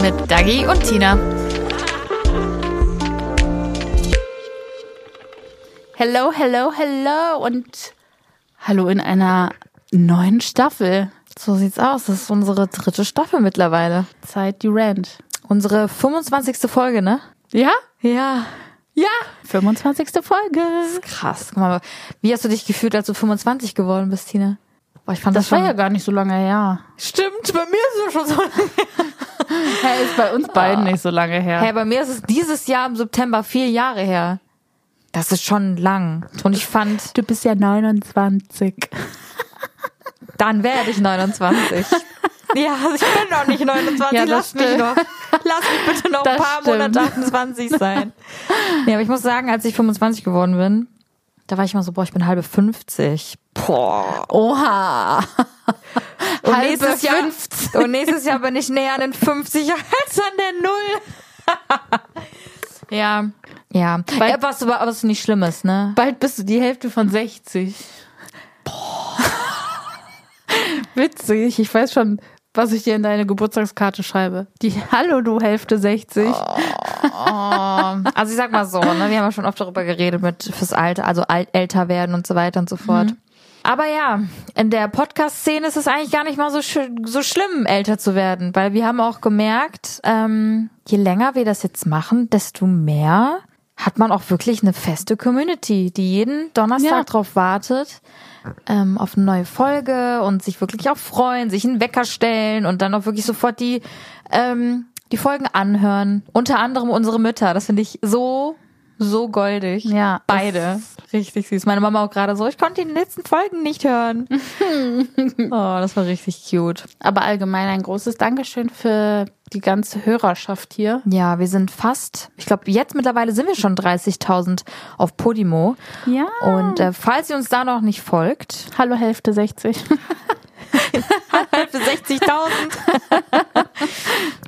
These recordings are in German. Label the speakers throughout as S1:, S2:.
S1: Mit Dagi und Tina.
S2: Hello, hello, hello und hallo in einer neuen Staffel.
S1: So sieht's aus. Das ist unsere dritte Staffel mittlerweile.
S2: Zeit Durant.
S1: Unsere 25. Folge, ne?
S2: Ja?
S1: Ja.
S2: Ja. 25. Folge.
S1: Krass. Guck mal, wie hast du dich gefühlt, als du 25 geworden bist, Tina? Boah, ich fand das,
S2: Das war
S1: schon-
S2: ja gar nicht so lange her.
S1: Stimmt, bei mir ist es schon so.
S2: Hey, ist bei uns beiden nicht so lange her.
S1: Hey, bei mir ist es dieses Jahr im September vier Jahre her. Das ist schon lang. Und ich fand,
S2: du bist ja 29.
S1: dann werde ich 29. Ja, also ich bin noch nicht 29.
S2: Ja, das
S1: Lass mich
S2: stimmt.
S1: noch. Lass mich bitte noch
S2: Das
S1: ein paar
S2: stimmt.
S1: Monate 28 sein. Nee, aber ich muss sagen, als ich 25 geworden bin, da war ich mal so, boah, ich bin halbe 50. Boah.
S2: Oha.
S1: Und
S2: Halbe
S1: nächstes, Jahr, und nächstes Jahr bin ich näher an den 50 als an der Null. ja. Ja. ja was, aber was nicht Schlimmes, ne?
S2: Bald bist du die Hälfte von 60. Boah. Witzig. Ich weiß schon, was ich dir in deine Geburtstagskarte schreibe. Die Hallo, du Hälfte 60.
S1: Also ich sag mal so, ne, wir haben ja schon oft darüber geredet mit fürs Alter, also alt, älter werden und so weiter und so fort. Aber ja, in der Podcast-Szene ist es eigentlich gar nicht mal so, sch- so schlimm, älter zu werden, weil wir haben auch gemerkt, ähm, je länger wir das jetzt machen, desto mehr hat man auch wirklich eine feste Community, die jeden Donnerstag
S2: Ja.
S1: drauf wartet, ähm, auf eine neue Folge und sich wirklich auch freuen, sich einen Wecker stellen und dann auch wirklich sofort die, ähm, die Folgen anhören. Unter anderem unsere Mütter. Das finde ich so, so goldig.
S2: Ja,
S1: Beide. Richtig süß. Meine Mama auch gerade so, ich konnte die letzten Folgen nicht hören. oh, das war richtig cute.
S2: Aber allgemein ein großes Dankeschön für die ganze Hörerschaft hier.
S1: Ja, wir sind fast, ich glaube, jetzt mittlerweile sind wir schon 30.000 auf Podimo.
S2: Ja.
S1: Und äh, falls ihr uns da noch nicht folgt,
S2: Hallo, Hälfte 60.
S1: für 60.000.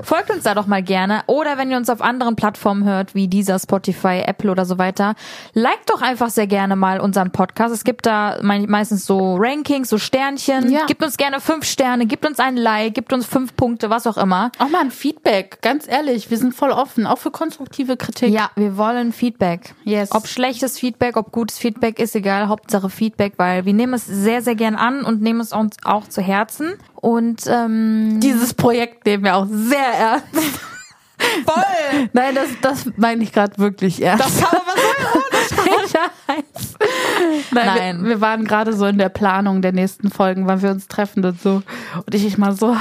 S1: Folgt uns da doch mal gerne. Oder wenn ihr uns auf anderen Plattformen hört, wie dieser Spotify, Apple oder so weiter, liked doch einfach sehr gerne mal unseren Podcast. Es gibt da mei- meistens so Rankings, so Sternchen.
S2: Ja.
S1: Gebt uns gerne fünf Sterne, gebt uns ein Like, gebt uns fünf Punkte, was auch immer.
S2: Auch mal ein Feedback. Ganz ehrlich, wir sind voll offen. Auch für konstruktive Kritik.
S1: Ja, wir wollen Feedback.
S2: Yes.
S1: Ob schlechtes Feedback, ob gutes Feedback, ist egal. Hauptsache Feedback, weil wir nehmen es sehr, sehr gern an und nehmen es uns auch zu Herzen. Und ähm,
S2: Dieses Projekt nehmen wir auch sehr ernst.
S1: voll!
S2: Nein, das, das meine ich gerade wirklich ernst.
S1: Das kann aber
S2: Nein,
S1: Nein.
S2: Wir, wir waren gerade so in der Planung der nächsten Folgen, wann wir uns treffen und so. Und ich, ich mal so,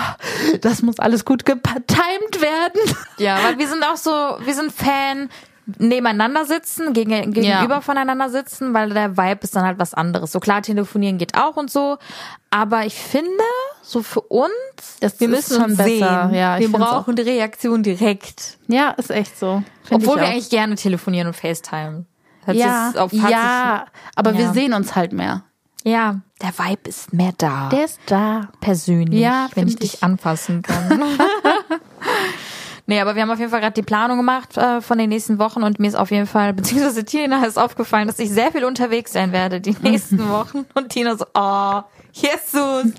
S2: das muss alles gut getimed werden.
S1: Ja, weil wir sind auch so, wir sind Fan nebeneinander sitzen, gegen, gegenüber voneinander sitzen, weil der Vibe ist dann halt was anderes. So klar, telefonieren geht auch und so, aber ich finde, so für uns,
S2: Das
S1: wir
S2: ist
S1: müssen
S2: schon
S1: uns
S2: besser.
S1: sehen.
S2: Ja, ich
S1: wir
S2: find's
S1: brauchen die Reaktion direkt.
S2: Ja, ist echt so. Find
S1: obwohl
S2: ich
S1: wir
S2: auch.
S1: eigentlich gerne telefonieren und FaceTime. Hat
S2: ja,
S1: sich- auf- hat
S2: ja, aber wir
S1: Ja.
S2: sehen uns halt mehr.
S1: sich- ja, der Vibe ist mehr da.
S2: ist da.
S1: persönlich,
S2: Ja, find
S1: wenn ich dich
S2: ich.
S1: anfassen kann. Nee, aber wir haben auf jeden Fall gerade die Planung gemacht äh, von den nächsten Wochen und mir ist auf jeden Fall, beziehungsweise Tina ist aufgefallen, dass ich sehr viel unterwegs sein werde die nächsten Wochen. Und Tina so, oh, Jesus.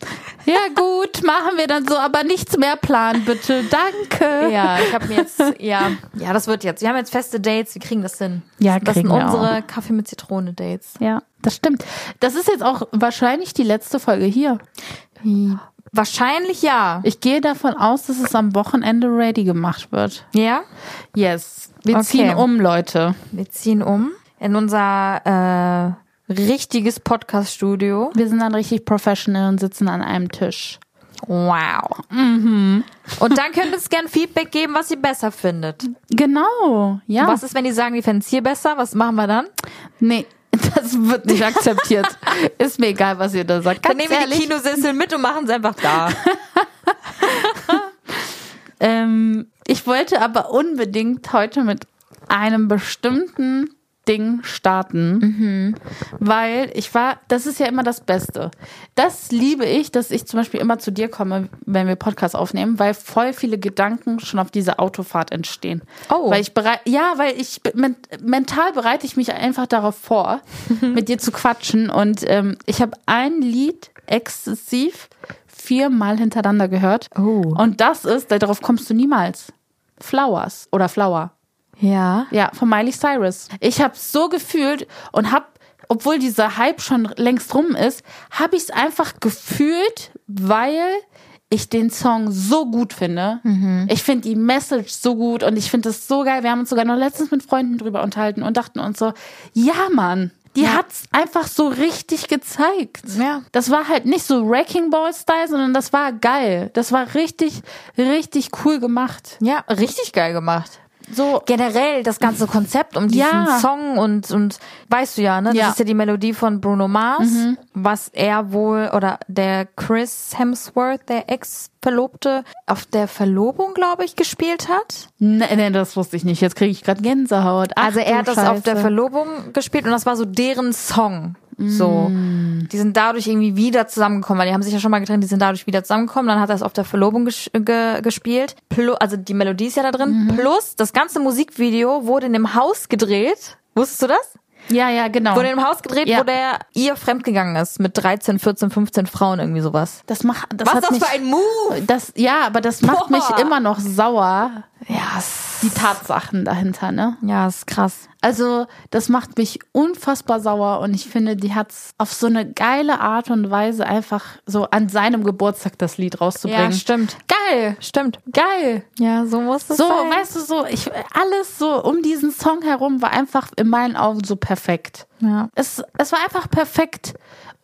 S2: Ja, gut, machen wir dann so, aber nichts mehr planen, bitte. Danke.
S1: Ja, ich habe mir jetzt, ja, ja, das wird jetzt. Wir haben jetzt feste Dates, wir kriegen das hin.
S2: Ja,
S1: das sind
S2: kriegen wir
S1: unsere Kaffee mit Zitrone Dates.
S2: Ja, das stimmt. Das ist jetzt auch wahrscheinlich die letzte Folge hier.
S1: Hm. Wahrscheinlich ja.
S2: Ich gehe davon aus, dass es am Wochenende ready gemacht wird.
S1: Ja?
S2: Yes. Wir
S1: Okay.
S2: ziehen um, Leute.
S1: Wir ziehen um in unser äh, richtiges Podcast-Studio.
S2: Wir sind dann richtig professional und sitzen an einem Tisch.
S1: Wow. Mhm. Und dann könnt ihr uns gerne Feedback geben, was ihr besser findet.
S2: Genau, ja.
S1: Was ist, wenn die sagen, die fänden es hier besser? Was machen wir dann?
S2: Nee, das wird nicht akzeptiert. ist mir egal, was ihr da sagt.
S1: Dann
S2: Ganz
S1: nehmen wir
S2: ehrlich,
S1: die Kinosessel mit und machen es einfach da.
S2: ähm, Ich wollte aber unbedingt heute mit einem bestimmten Ding starten, weil ich war, das ist ja immer das Beste. Das liebe ich, dass ich zum Beispiel immer zu dir komme, wenn wir Podcasts aufnehmen, weil voll viele Gedanken schon auf dieser Autofahrt entstehen.
S1: Oh.
S2: Weil ich bereit, ja, weil ich be- men mental bereite ich mich einfach darauf vor, mit dir zu quatschen und ähm, ich habe ein Lied exzessiv viermal hintereinander gehört
S1: Oh.
S2: und das ist, darauf kommst du niemals. Flowers oder Flower.
S1: Ja.
S2: Ja, von Miley Cyrus. Ich habe so gefühlt und habe, obwohl dieser Hype schon längst rum ist, habe ich es einfach gefühlt, weil ich den Song so gut finde. Ich finde die Message so gut und ich finde es so geil. Wir haben uns sogar noch letztens mit Freunden drüber unterhalten und dachten uns so, ja Mann, die hat's einfach so richtig gezeigt.
S1: Ja.
S2: Das war halt nicht so Wrecking Ball Style, sondern das war geil. Das war richtig, richtig cool gemacht.
S1: Ja, richtig geil gemacht.
S2: So
S1: Generell das ganze Konzept um diesen
S2: Ja.
S1: Song und, und weißt du ja, Mhm. ne? Das
S2: Ja.
S1: ist ja die Melodie von Bruno Mars, was er wohl oder der Chris Hemsworth, der Ex-Verlobte, auf der Verlobung, glaube ich, gespielt hat.
S2: Nein, nein, das wusste ich nicht. Jetzt kriege ich gerade Gänsehaut. Ach,
S1: Also er
S2: du
S1: hat das
S2: Scheiße.
S1: auf der Verlobung gespielt und das war so deren Song. So. Die sind dadurch irgendwie wieder zusammengekommen, weil die haben sich ja schon mal getrennt, die sind dadurch wieder zusammengekommen. Dann hat er es auf der Verlobung ges ge gespielt. Plu also die Melodie ist ja da drin. Plus das ganze Musikvideo wurde in dem Haus gedreht. Wusstest du das?
S2: Ja, ja, genau.
S1: Wurde in dem Haus gedreht,
S2: Ja.
S1: wo der ihr fremdgegangen ist. Mit 13, 14, 15 Frauen, irgendwie sowas.
S2: Das macht das
S1: Was
S2: hat
S1: ist das
S2: mich,
S1: für ein Move?
S2: das ja, aber das macht
S1: Boah.
S2: mich immer noch sauer.
S1: Ja, es-
S2: Die Tatsachen dahinter, ne?
S1: ja, ist krass.
S2: Also, das macht mich unfassbar sauer und ich finde, die hat's auf so eine geile Art und Weise einfach so an seinem Geburtstag das Lied rauszubringen.
S1: stimmt.
S2: geil,
S1: Stimmt.
S2: geil.
S1: Ja, so muss es
S2: So,
S1: sein.
S2: weißt du, so ich alles so um diesen Song herum war einfach in meinen Augen so perfekt.
S1: ja.
S2: Es, es war einfach perfekt.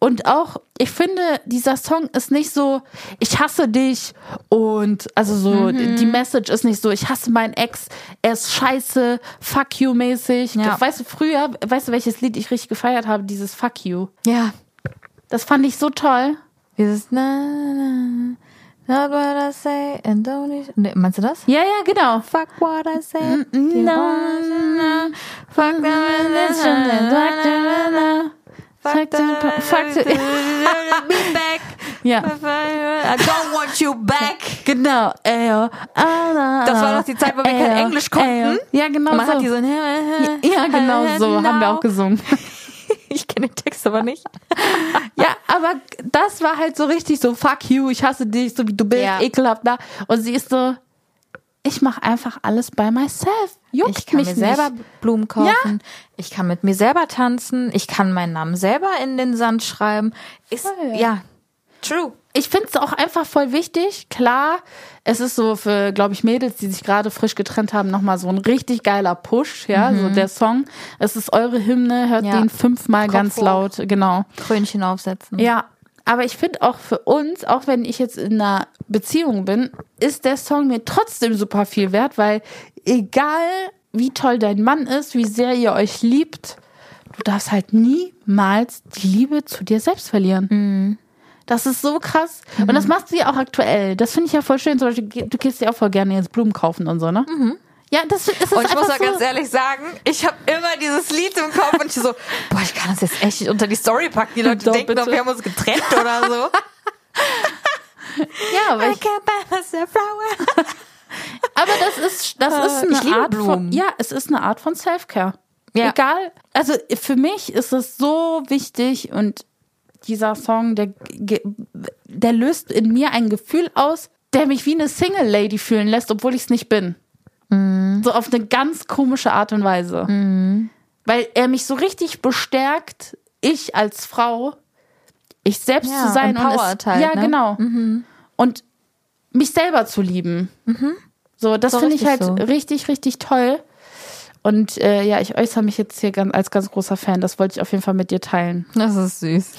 S2: Und auch, ich finde, dieser Song ist nicht so, ich hasse dich und also so, die Message ist nicht so, ich hasse meinen Ex, er ist scheiße, fuck you mäßig.
S1: Ja.
S2: Weißt du, früher, weißt du, welches Lied ich richtig gefeiert habe? Dieses fuck you.
S1: ja,
S2: Das fand ich so toll.
S1: Dieses na, na, not what I say and don't you, nee, meinst du das? Mm,
S2: Ja, ja, genau.
S1: Fuck what I say.
S2: Fuck the religion and fuck the religion. Fuck the, fuck the,
S1: Be back.
S2: ja,
S1: I don't want you back.
S2: genau. Ah, Eyo,
S1: Das war noch die Zeit, wo wir kein Englisch konnten.
S2: Ja, genau
S1: Und man
S2: so.
S1: hat diese
S2: Ja, genau so haben wir auch gesungen.
S1: Ich kenne den Text aber nicht.
S2: Ja, aber das war halt so richtig so, fuck you, ich hasse dich, so wie du bist,
S1: Ja.
S2: ekelhaft da. Und sie ist so, ich mache einfach alles by myself. Juckt
S1: Ich kann
S2: mich
S1: mir selber
S2: nicht.
S1: Blumen kaufen. Ich kann mit mir selber tanzen. Ich kann meinen Namen selber in den Sand schreiben. Ist ja true.
S2: Ich finde es auch einfach voll wichtig. Klar, es ist so für, glaube ich, Mädels, die sich gerade frisch getrennt haben, nochmal so ein richtig geiler Push, ja, so der Song. Es ist eure Hymne, hört
S1: Ja.
S2: den fünfmal
S1: Kopf
S2: ganz
S1: hoch.
S2: laut, genau.
S1: Krönchen aufsetzen.
S2: Ja, aber ich finde auch für uns, auch wenn ich jetzt in einer Beziehung bin, ist der Song mir trotzdem super viel wert, weil egal wie toll dein Mann ist, wie sehr ihr euch liebt, du darfst halt niemals die Liebe zu dir selbst verlieren.
S1: Mhm.
S2: Das ist so krass. Und das machst du ja auch aktuell. Das finde ich ja voll schön. Zum Beispiel, ge- du gehst ja auch voll gerne jetzt Blumen kaufen und so, ne? Ja, das, das ist
S1: Und Mhm. Oh, ich
S2: einfach
S1: muss auch
S2: so.
S1: ganz ehrlich sagen, ich habe immer dieses Lied im Kopf und ich so, boah, ich kann das jetzt echt nicht unter die Story packen. Die Leute
S2: Doch,
S1: denken doch,
S2: bitte.
S1: wir haben uns getrennt oder so.
S2: ja, aber ich,
S1: can't buy myself flower.
S2: Aber das ist, das ist eine
S1: Äh, ich liebe
S2: Art
S1: Blumen.
S2: von, ja, es ist eine Art von Self-Care.
S1: Ja.
S2: Egal. Also für mich ist es so wichtig und dieser Song, der, ge- der löst in mir ein Gefühl aus, der mich wie eine Single Lady fühlen lässt, obwohl ich es nicht bin.
S1: Mhm.
S2: So auf eine ganz komische Art und Weise. Weil er mich so richtig bestärkt, ich als Frau, ich selbst
S1: Ja,
S2: zu sein und
S1: empowert
S2: es,
S1: halt,
S2: ja
S1: ne?
S2: genau und mich selber zu lieben. So, das
S1: So
S2: finde ich halt
S1: Mhm. richtig so.
S2: richtig, richtig toll. Und äh, ja, ich äußere mich jetzt hier ganz, als ganz großer Fan. Das wollte ich auf jeden Fall mit dir teilen.
S1: Das ist süß.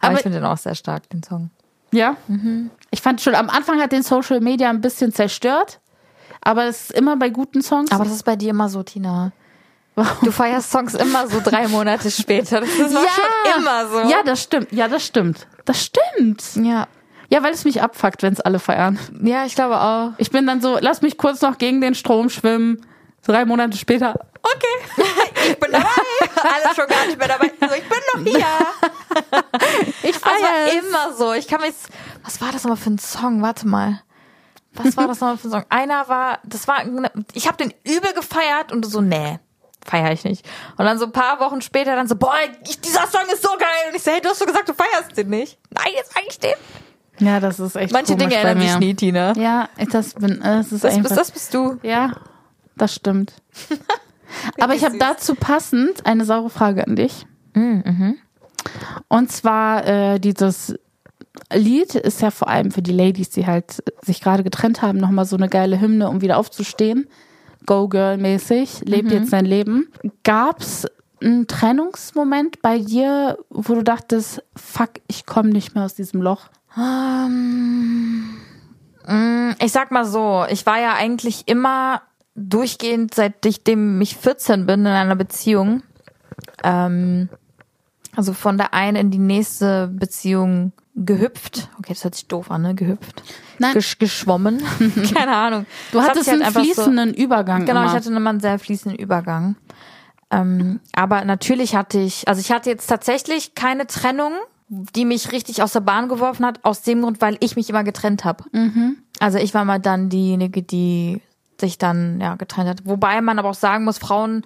S1: Aber ich finde den auch sehr stark, den Song.
S2: Ja?
S1: Mhm.
S2: Ich fand schon, am Anfang hat den Social Media ein bisschen zerstört. Aber es ist immer bei guten Songs.
S1: Aber das ist bei dir immer so, Tina. Du feierst Songs immer so drei Monate später. Das ist ja. schon immer so.
S2: Ja, das stimmt. Ja, das stimmt. Das stimmt.
S1: ja.
S2: Ja, weil es mich abfuckt, wenn es alle feiern.
S1: Ja, ich glaube auch.
S2: Ich bin dann so, lass mich kurz noch gegen den Strom schwimmen. Drei Monate später. Okay.
S1: Ich bin dabei. Alle schon gar nicht mehr dabei. So, ich bin noch hier.
S2: Ich
S1: Das
S2: feiere
S1: war
S2: es.
S1: immer so. Ich kann mich. Was war das nochmal für ein Song? Warte mal. Was war das nochmal für ein Song? Einer war, das war, ich habe den übel gefeiert und so, nee, feiere ich nicht. Und dann so ein paar Wochen später dann so, boah, ich, dieser Song ist so geil. Und ich so, hey, du hast doch gesagt, du feierst den nicht. Nein, jetzt feier ich den.
S2: Ja, das ist echt
S1: Manche
S2: komisch
S1: Dinge
S2: bei
S1: ändern
S2: mir.
S1: sich nie, Tina.
S2: Ja, ich- das bin, äh, es ist
S1: Das,
S2: einfach.
S1: bist, das bist du.
S2: Ja, das stimmt. Aber ich habe dazu passend eine saure Frage an dich. mhm. Und zwar äh, dieses Lied ist ja vor allem für die Ladies, die halt sich gerade getrennt haben, nochmal so eine geile Hymne, um wieder aufzustehen. Go Girl mäßig, lebt jetzt dein Leben. Gab's einen Trennungsmoment bei dir, wo du dachtest, fuck, ich komme nicht mehr aus diesem Loch?
S1: Ich sag mal so, ich war ja eigentlich immer durchgehend, seit ich dem ich 14 bin, in einer Beziehung. Ähm, also von der einen in die nächste Beziehung gehüpft. Okay, das hört sich doof an, ne? Gehüpft.
S2: Nein.
S1: Gesch geschwommen. Keine Ahnung.
S2: Du
S1: Das hat
S2: hattest
S1: sich halt
S2: einen
S1: einfach
S2: fließenden Übergang.
S1: Genau,
S2: immer.
S1: ich hatte immer einen sehr fließenden Übergang. Ähm, aber natürlich hatte ich, also ich hatte jetzt tatsächlich keine Trennung, die mich richtig aus der Bahn geworfen hat, aus dem Grund, weil ich mich immer getrennt habe.
S2: Mhm.
S1: Also ich war mal dann diejenige, die sich dann ja getrennt hat. Wobei man aber auch sagen muss, Frauen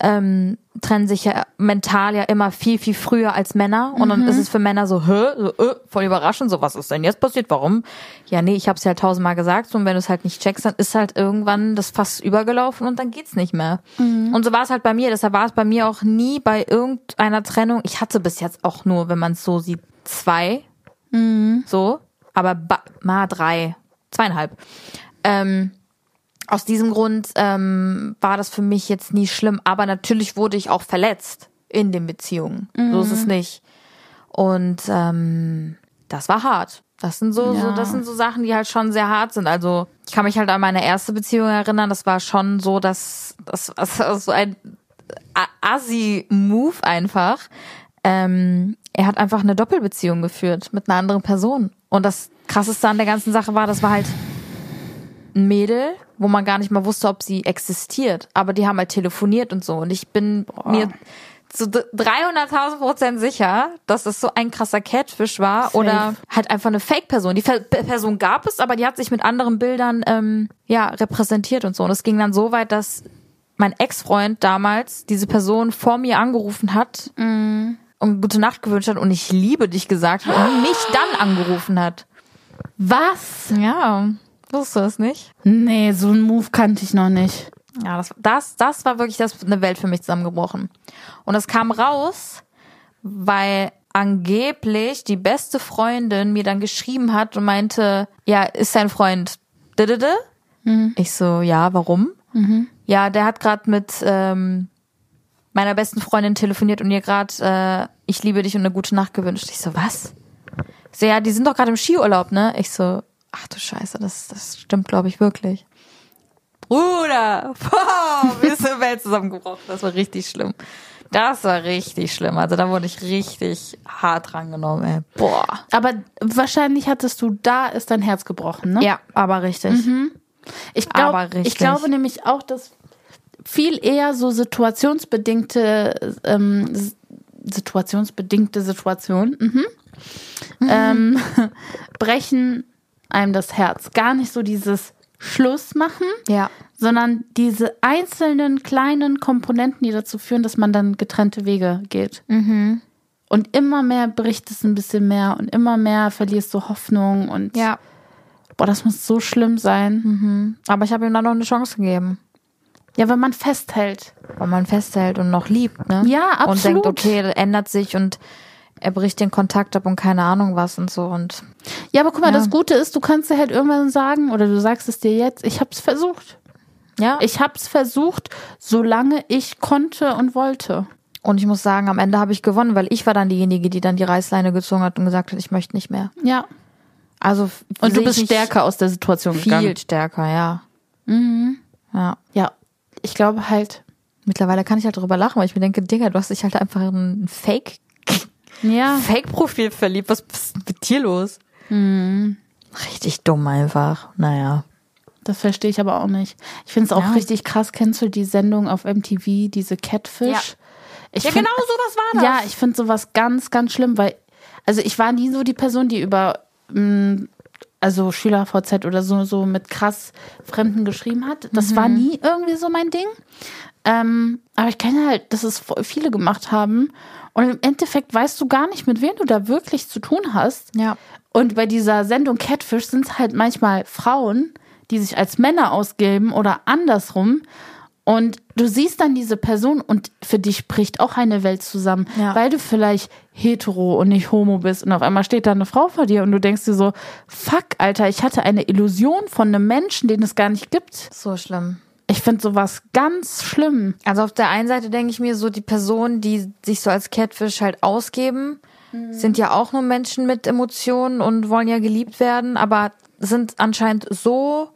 S1: ähm, trennen sich ja mental ja immer viel, viel früher als Männer. Und dann ist es für Männer so, hä, so, äh, voll überraschend, so, was ist denn jetzt passiert, warum? Ja, nee, ich hab's ja tausendmal gesagt. Und wenn du es halt nicht checkst, dann ist halt irgendwann das Fass übergelaufen und dann geht's nicht mehr. Und so war es halt bei mir. Deshalb war es bei mir auch nie bei irgendeiner Trennung. Ich hatte bis jetzt auch nur, wenn man es so sieht, zwei. So, aber ba- mal drei, zweieinhalb. Ähm, aus diesem Grund ähm, war das für mich jetzt nie schlimm, aber natürlich wurde ich auch verletzt in den Beziehungen. So ist es nicht. Und ähm, das war hart. Das sind so, so,
S2: Ja.
S1: das sind so Sachen, die halt schon sehr hart sind. Also ich kann mich halt an meine erste Beziehung erinnern. Das war schon so, dass das, das war so ein A- Assi-Move einfach. Ähm, er hat einfach eine Doppelbeziehung geführt mit einer anderen Person. Und das Krasseste an der ganzen Sache war, das war halt ein Mädel, wo man gar nicht mal wusste, ob sie existiert. Aber die haben halt telefoniert und so. Und ich bin mir zu d- 300.000 Prozent sicher, dass es so ein krasser Catfish war oder halt einfach eine Fake-Person. Die Fe- Person gab es, aber die hat sich mit anderen Bildern ähm, ja repräsentiert und so. Und es ging dann so weit, dass mein Ex-Freund damals diese Person vor mir angerufen hat und gute Nacht gewünscht hat und ich liebe dich gesagt hat und mich dann angerufen hat.
S2: Was?
S1: Ja, wusstest du es nicht?
S2: Nee, so einen Move kannte ich noch nicht.
S1: Ja, das, das, das war wirklich das, eine Welt für mich zusammengebrochen. Und das kam raus, weil angeblich die beste Freundin mir dann geschrieben hat und meinte, ja, ist dein Freund. Didede? Ich so, ja, warum? Ja, der hat gerade mit ähm, meiner besten Freundin telefoniert und ihr gerade, äh, ich liebe dich und eine gute Nacht gewünscht. Ich so, was? Ich so, ja, die sind doch gerade im Skiurlaub, ne? Ich so, ach du Scheiße, das, das stimmt, glaube ich, wirklich. Bruder, boah, mir ist eine Welt zusammengebrochen. Das war richtig schlimm. Das war richtig schlimm. Also da wurde ich richtig hart drangenommen, ey. Boah.
S2: Aber wahrscheinlich hattest du, da ist dein Herz gebrochen, ne?
S1: Ja, aber richtig.
S2: ich, glaub,
S1: aber richtig.
S2: ich glaube nämlich auch, dass viel eher so situationsbedingte, ähm, s- situationsbedingte Situationen mhm, ähm, brechen einem das Herz. Gar nicht so dieses Schluss machen,
S1: Ja.
S2: sondern diese einzelnen kleinen Komponenten, die dazu führen, dass man dann getrennte Wege geht. Mhm. Und immer mehr bricht es ein bisschen mehr und immer mehr verlierst du Hoffnung und
S1: Ja.
S2: boah, das muss so schlimm sein.
S1: Aber ich habe ihm dann noch eine Chance gegeben.
S2: Ja, wenn man festhält.
S1: Weil man festhält und noch liebt, ne?
S2: Ja,
S1: Und
S2: absolut.
S1: denkt, okay, er ändert sich und er bricht den Kontakt ab und keine Ahnung was und so. Und
S2: Ja, aber guck mal, das Gute ist, du kannst dir halt irgendwann sagen oder du sagst es dir jetzt, ich hab's versucht.
S1: ja.
S2: Ich hab's versucht, solange ich konnte und wollte.
S1: und ich muss sagen, am Ende habe ich gewonnen, weil ich war dann diejenige, die dann die Reißleine gezogen hat und gesagt hat, ich möchte nicht mehr.
S2: Ja.
S1: Also f-
S2: Und
S1: sehe
S2: du
S1: ich
S2: bist
S1: mich
S2: stärker aus der Situation gegangen.
S1: Viel stärker, ja. Mhm. Ja.
S2: Ja, ich glaube halt.
S1: Mittlerweile kann ich halt darüber lachen, weil ich mir denke, Digga, du hast dich halt einfach in ein Fake,
S2: Ja.
S1: Fake-Profil verliebt. Was ist mit dir los? Mhm. Richtig dumm einfach. Naja.
S2: Das verstehe ich aber auch nicht. Ich finde es auch richtig krass. Kennst du die Sendung auf MTV, diese Catfish?
S3: Ja.
S2: Ich
S1: Ja,
S2: find-
S1: genau sowas war das.
S2: Ja, ich finde sowas ganz, ganz schlimm, weil, also ich war nie so die Person, die über, mh, also SchülerVZ oder so, so mit krass Fremden geschrieben hat. Das war
S1: Mhm.
S2: nie irgendwie so mein Ding. Ähm, aber ich kenne halt, dass es voll viele gemacht haben. Und im Endeffekt weißt du gar nicht, mit wem du da wirklich zu tun hast.
S1: Ja.
S2: Und bei dieser Sendung Catfish sind es halt manchmal Frauen, die sich als Männer ausgeben oder andersrum. Und du siehst dann diese Person und für dich bricht auch eine Welt zusammen,
S1: Ja.
S2: weil du vielleicht hetero und nicht homo bist und auf einmal steht da eine Frau vor dir und du denkst dir so, fuck, Alter, ich hatte eine Illusion von einem Menschen, den es gar nicht gibt.
S1: So schlimm.
S2: Ich finde sowas ganz schlimm.
S1: Also auf der einen Seite denke ich mir so, die Personen, die sich so als Catfish halt ausgeben, sind ja auch nur Menschen mit Emotionen und wollen ja geliebt werden, aber sind anscheinend so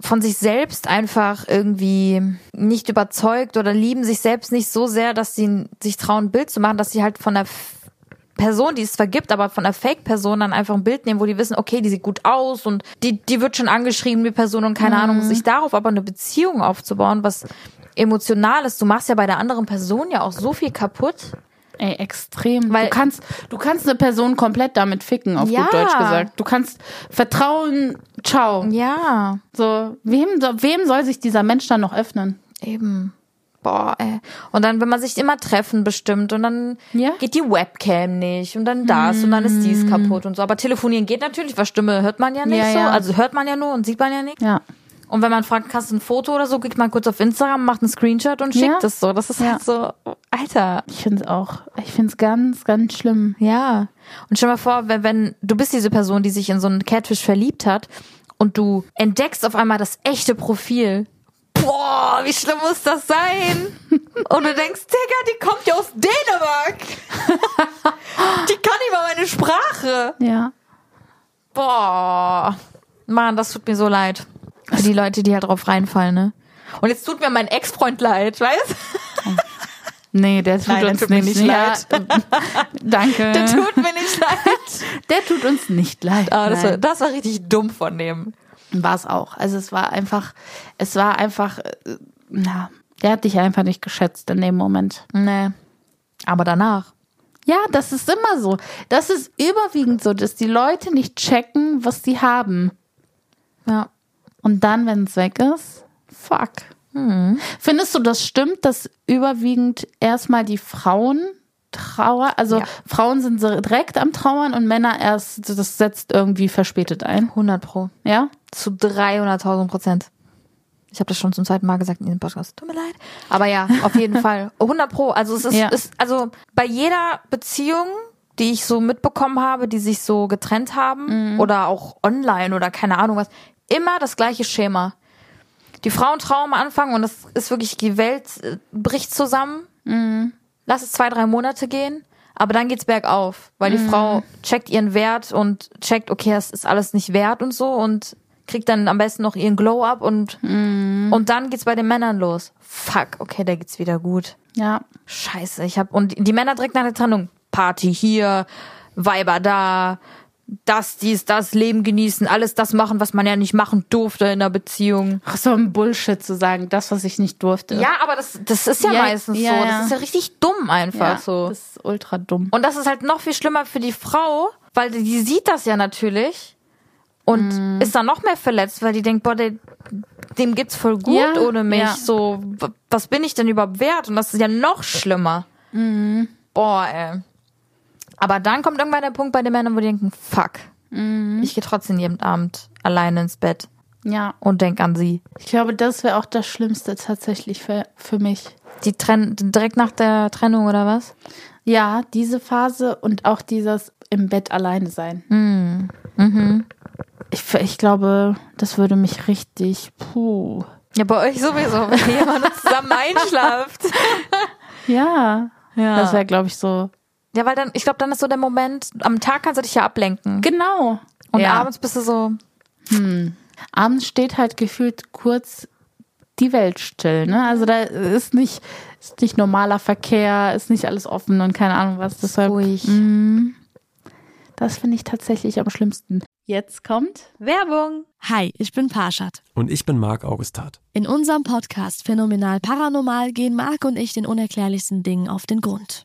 S1: von sich selbst einfach irgendwie nicht überzeugt oder lieben sich selbst nicht so sehr, dass sie sich trauen, ein Bild zu machen, dass sie halt von der F- Person, die es zwar gibt, aber von der Fake-Person dann einfach ein Bild nehmen, wo die wissen, okay, die sieht gut aus und die, die wird schon angeschrieben, die Person und keine Ahnung, sich darauf aber eine Beziehung aufzubauen, was emotional ist. Du machst ja bei der anderen Person ja auch so viel kaputt.
S2: Ey, extrem.
S1: Weil-
S2: du kannst, du kannst eine Person komplett damit ficken, auf
S1: Ja.
S2: gut Deutsch gesagt. Du kannst Vertrauen, ciao.
S1: Ja,
S2: So, wem, so- wem soll sich dieser Mensch dann noch öffnen?
S1: eben. Boah, ey. Und dann, wenn man sich immer treffen bestimmt und dann
S2: Ja. Hm.
S1: geht die Webcam nicht und dann das und dann ist dies kaputt und so. Aber telefonieren geht natürlich, weil Stimme hört man ja nicht
S2: Ja,
S1: so.
S2: ja.
S1: Also hört man ja nur und sieht man ja nicht.
S2: Ja.
S1: Und wenn man fragt, kannst du ein Foto oder so, geht man kurz auf Instagram, macht einen Screenshot und schickt
S2: Ja.
S1: es so. Das ist
S2: Ja.
S1: halt so, Alter.
S2: Ich finde es auch, ich finde es ganz, ganz schlimm.
S1: Ja. Und stell mal vor, wenn, wenn du bist diese Person, die sich in so einen Catfish verliebt hat und du entdeckst auf einmal das echte Profil. Boah, wie schlimm muss das sein? Und du denkst, Digga, die kommt ja aus Dänemark. Die kann nicht mal meine Sprache.
S2: Ja.
S1: Boah. Mann, das tut mir so leid. Für die Leute, die halt drauf reinfallen, ne? Und jetzt tut mir mein Ex-Freund leid, weißt?
S2: Nee, der tut
S1: Nein, der
S2: uns
S1: tut mir
S2: nicht,
S1: nicht
S2: Ja, danke.
S1: Der tut mir nicht leid.
S2: Der tut uns nicht leid.
S1: Aber Ah, das war,
S2: Nein.
S1: das war richtig dumm von dem.
S2: war es auch. Also es war einfach, es war einfach, äh, na, der hat dich einfach nicht geschätzt in dem Moment.
S1: Nee. Aber danach.
S2: Ja, das ist immer so. Das ist überwiegend so, dass die Leute nicht checken, was sie haben.
S1: Ja.
S2: Und dann, wenn es weg ist, fuck. Hm. Findest du, das stimmt, dass überwiegend erstmal die Frauen Trauer, also
S1: Ja.
S2: Frauen sind so direkt am Trauern und Männer erst, das setzt irgendwie verspätet ein.
S1: 100 pro.
S2: Ja?
S1: Zu 300.000 Prozent. Ich habe das schon zum zweiten Mal gesagt in diesem Podcast. Tut mir leid. Aber ja, auf jeden Fall. 100 pro. Also es ist,
S2: Ja.
S1: ist, also bei jeder Beziehung, die ich so mitbekommen habe, die sich so getrennt haben oder auch online oder keine Ahnung was, immer das gleiche Schema. Die Frauen trauen am Anfang und es ist wirklich, die Welt äh, bricht zusammen. lass es zwei, drei Monate gehen, aber dann geht's bergauf, weil die Frau checkt ihren Wert und checkt, okay, das ist alles nicht wert und so und kriegt dann am besten noch ihren Glow up und und dann geht's bei den Männern los. Fuck, okay, da geht's wieder gut.
S2: Ja.
S1: Scheiße, ich hab und die Männer direkt nach der Trennung Party hier, Weiber da, das dies, das Leben genießen, alles das machen, was man ja nicht machen durfte in der Beziehung.
S2: Ach, so ein Bullshit zu sagen, das, was ich nicht durfte.
S1: Ja, aber das das ist ja,
S2: Ja,
S1: meistens
S2: ja,
S1: so,
S2: ja.
S1: das ist ja richtig dumm einfach
S2: Ja,
S1: so.
S2: Das ist ultra dumm.
S1: Und das ist halt noch viel schlimmer für die Frau, weil die- die sieht das ja natürlich
S2: Mhm.
S1: und ist dann noch mehr verletzt, weil die denkt, boah, der, dem geht's voll gut
S2: Ja,
S1: ohne mich.
S2: ja.
S1: So, w- was bin ich denn überhaupt wert? Und das ist ja noch schlimmer.
S2: Mhm.
S1: Boah, ey. Aber dann kommt irgendwann der Punkt bei den Männern, wo die denken, fuck,
S2: Mhm.
S1: ich gehe trotzdem jeden Abend alleine ins Bett
S2: Ja.
S1: und denk an sie.
S2: Ich glaube, das wäre auch das Schlimmste tatsächlich für, für mich.
S1: Die trennen direkt nach der Trennung oder was?
S2: Ja, diese Phase und auch dieses im Bett alleine sein. Hm, mhm. Ich, ich glaube, das würde mich richtig. Puh.
S1: Ja, bei euch sowieso, wenn ihr immer nur zusammen einschlaft.
S2: Ja.
S1: Ja.
S2: Das wäre, glaube ich, so.
S1: Ja, weil dann, ich glaube, dann ist so der Moment, am Tag kannst du dich ja ablenken.
S2: Genau.
S1: Und
S2: ja.
S1: abends bist du so,
S2: abends steht halt gefühlt kurz die Welt still. Ne? Also da ist nicht, ist nicht Mhm. normaler Verkehr, ist nicht alles offen und keine Ahnung was. Deshalb,
S1: Ruhig.
S2: Mm. Das finde ich tatsächlich am schlimmsten. Jetzt kommt
S3: Werbung.
S4: Hi, ich bin Parshad.
S5: Und ich bin Marc Augustat.
S4: In unserem Podcast Phänomenal Paranormal gehen Marc und ich den unerklärlichsten Dingen auf den Grund.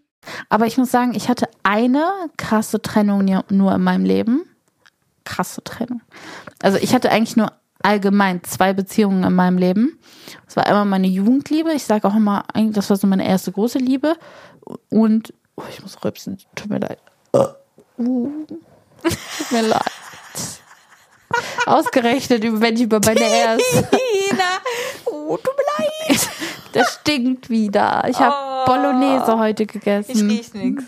S2: Aber ich muss sagen, ich hatte eine krasse Trennung ja nur in meinem Leben. Krasse Trennung. Also ich hatte eigentlich nur allgemein zwei Beziehungen in meinem Leben. Das war einmal meine Jugendliebe. Ich sage auch immer, eigentlich, das war so meine erste große Liebe. Und oh, ich muss rübsen, tut mir leid. Uh, tut mir leid. Ausgerechnet, wenn ich über meine erste.
S3: Oh, tut mir leid.
S2: Das stinkt wieder. Ich habe Bolognese heute gegessen.
S3: Ich riech nix.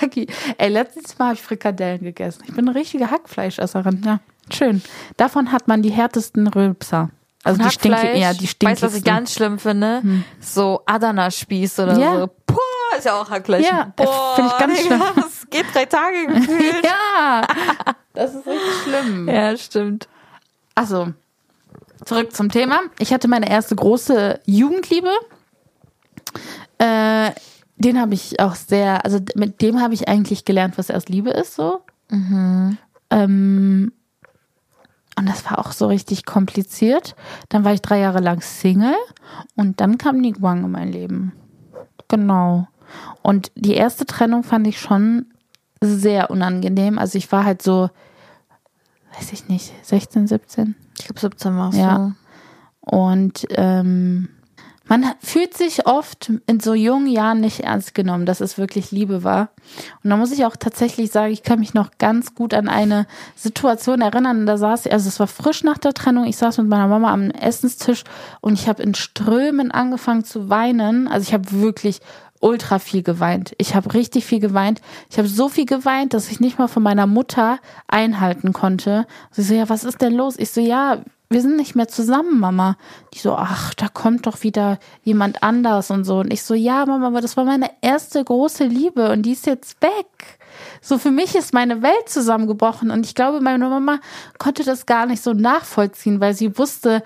S2: Dagi. Ey, letztes Mal habe ich Frikadellen gegessen. Ich bin eine richtige Hackfleischesserin. Ja, schön. Davon hat man die härtesten Rülpser. Also die stinken,
S3: Hackfleisch,
S2: ja, die
S3: Weißt du, was ich
S2: stinkigsten.
S3: ganz schlimm finde? So Adana-Spieß oder
S2: Hm. Ja.
S3: so. Boah, ist ja auch Hackfleisch.
S2: Ja,
S3: Boah,
S2: finde ich ganz
S3: Digga,
S2: schlimm.
S3: Das geht drei Tage gefühlt.
S2: Ja, das ist richtig schlimm.
S3: ja, stimmt.
S2: Also, zurück zum Thema. Ich hatte meine erste große Jugendliebe. Äh, den habe ich auch sehr, also d- mit dem habe ich eigentlich gelernt, was erst Liebe ist, so. Ähm, und das war auch so richtig kompliziert. Dann war ich drei Jahre lang Single und dann kam Niguang in mein Leben. Genau. Und die erste Trennung fand ich schon sehr unangenehm. Also ich war halt so, weiß ich nicht, 16, 17.
S3: Ich glaube, 17 war's.
S2: Ja. Und ähm, man hat- fühlt sich oft in so jungen Jahren nicht ernst genommen, dass es wirklich Liebe war. Und da muss ich auch tatsächlich sagen, ich kann mich noch ganz gut an eine Situation erinnern. Da saß ich, also es war frisch nach der Trennung, ich saß mit meiner Mama am Essenstisch und ich habe in Strömen angefangen zu weinen. Also ich habe wirklich ultra viel geweint. Ich habe richtig viel geweint. Ich habe so viel geweint, dass ich nicht mal von meiner Mutter einhalten konnte. Sie so, ja, was ist denn los? Ich so, ja, wir sind nicht mehr zusammen, Mama. Die so, ach, da kommt doch wieder jemand anders und so. Und ich so, ja, Mama, aber das war meine erste große Liebe und die ist jetzt weg. So für mich ist meine Welt zusammengebrochen und ich glaube, meine Mama konnte das gar nicht so nachvollziehen, weil sie wusste,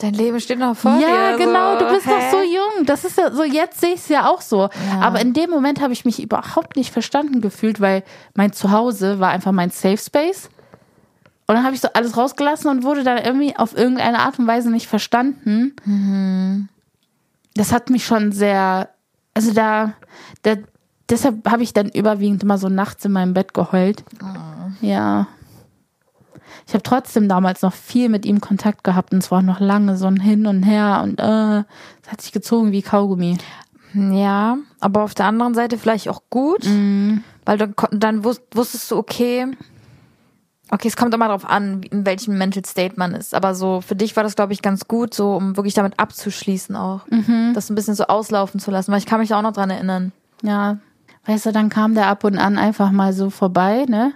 S3: Dein Leben steht noch vor dir.
S2: ja, genau,
S3: so.
S2: du bist
S3: Hä?
S2: noch so jung. Das ist ja so, jetzt sehe ich es ja auch so. Aber in dem Moment habe ich mich überhaupt nicht verstanden gefühlt, weil mein Zuhause war einfach mein Safe Space. Und dann habe ich so alles rausgelassen und wurde dann irgendwie auf irgendeine Art und Weise nicht verstanden. Das hat mich schon sehr, also da, da deshalb habe ich dann überwiegend immer so nachts in meinem Bett geheult. Ja. Ich habe trotzdem damals noch viel mit ihm Kontakt gehabt und es war noch lange so ein Hin und Her und äh, es hat sich gezogen wie Kaugummi.
S3: Ja, aber auf der anderen Seite vielleicht auch gut, weil dann, kon- dann wus- wusstest du, okay, okay, es kommt immer darauf an, wie- in welchem Mental State man ist. Aber so für dich war das, glaube ich, ganz gut, so um wirklich damit abzuschließen auch, das ein bisschen so auslaufen zu lassen, weil ich kann mich da auch noch dran erinnern.
S2: Ja. Weißt du, dann kam der ab und an einfach mal so vorbei, ne?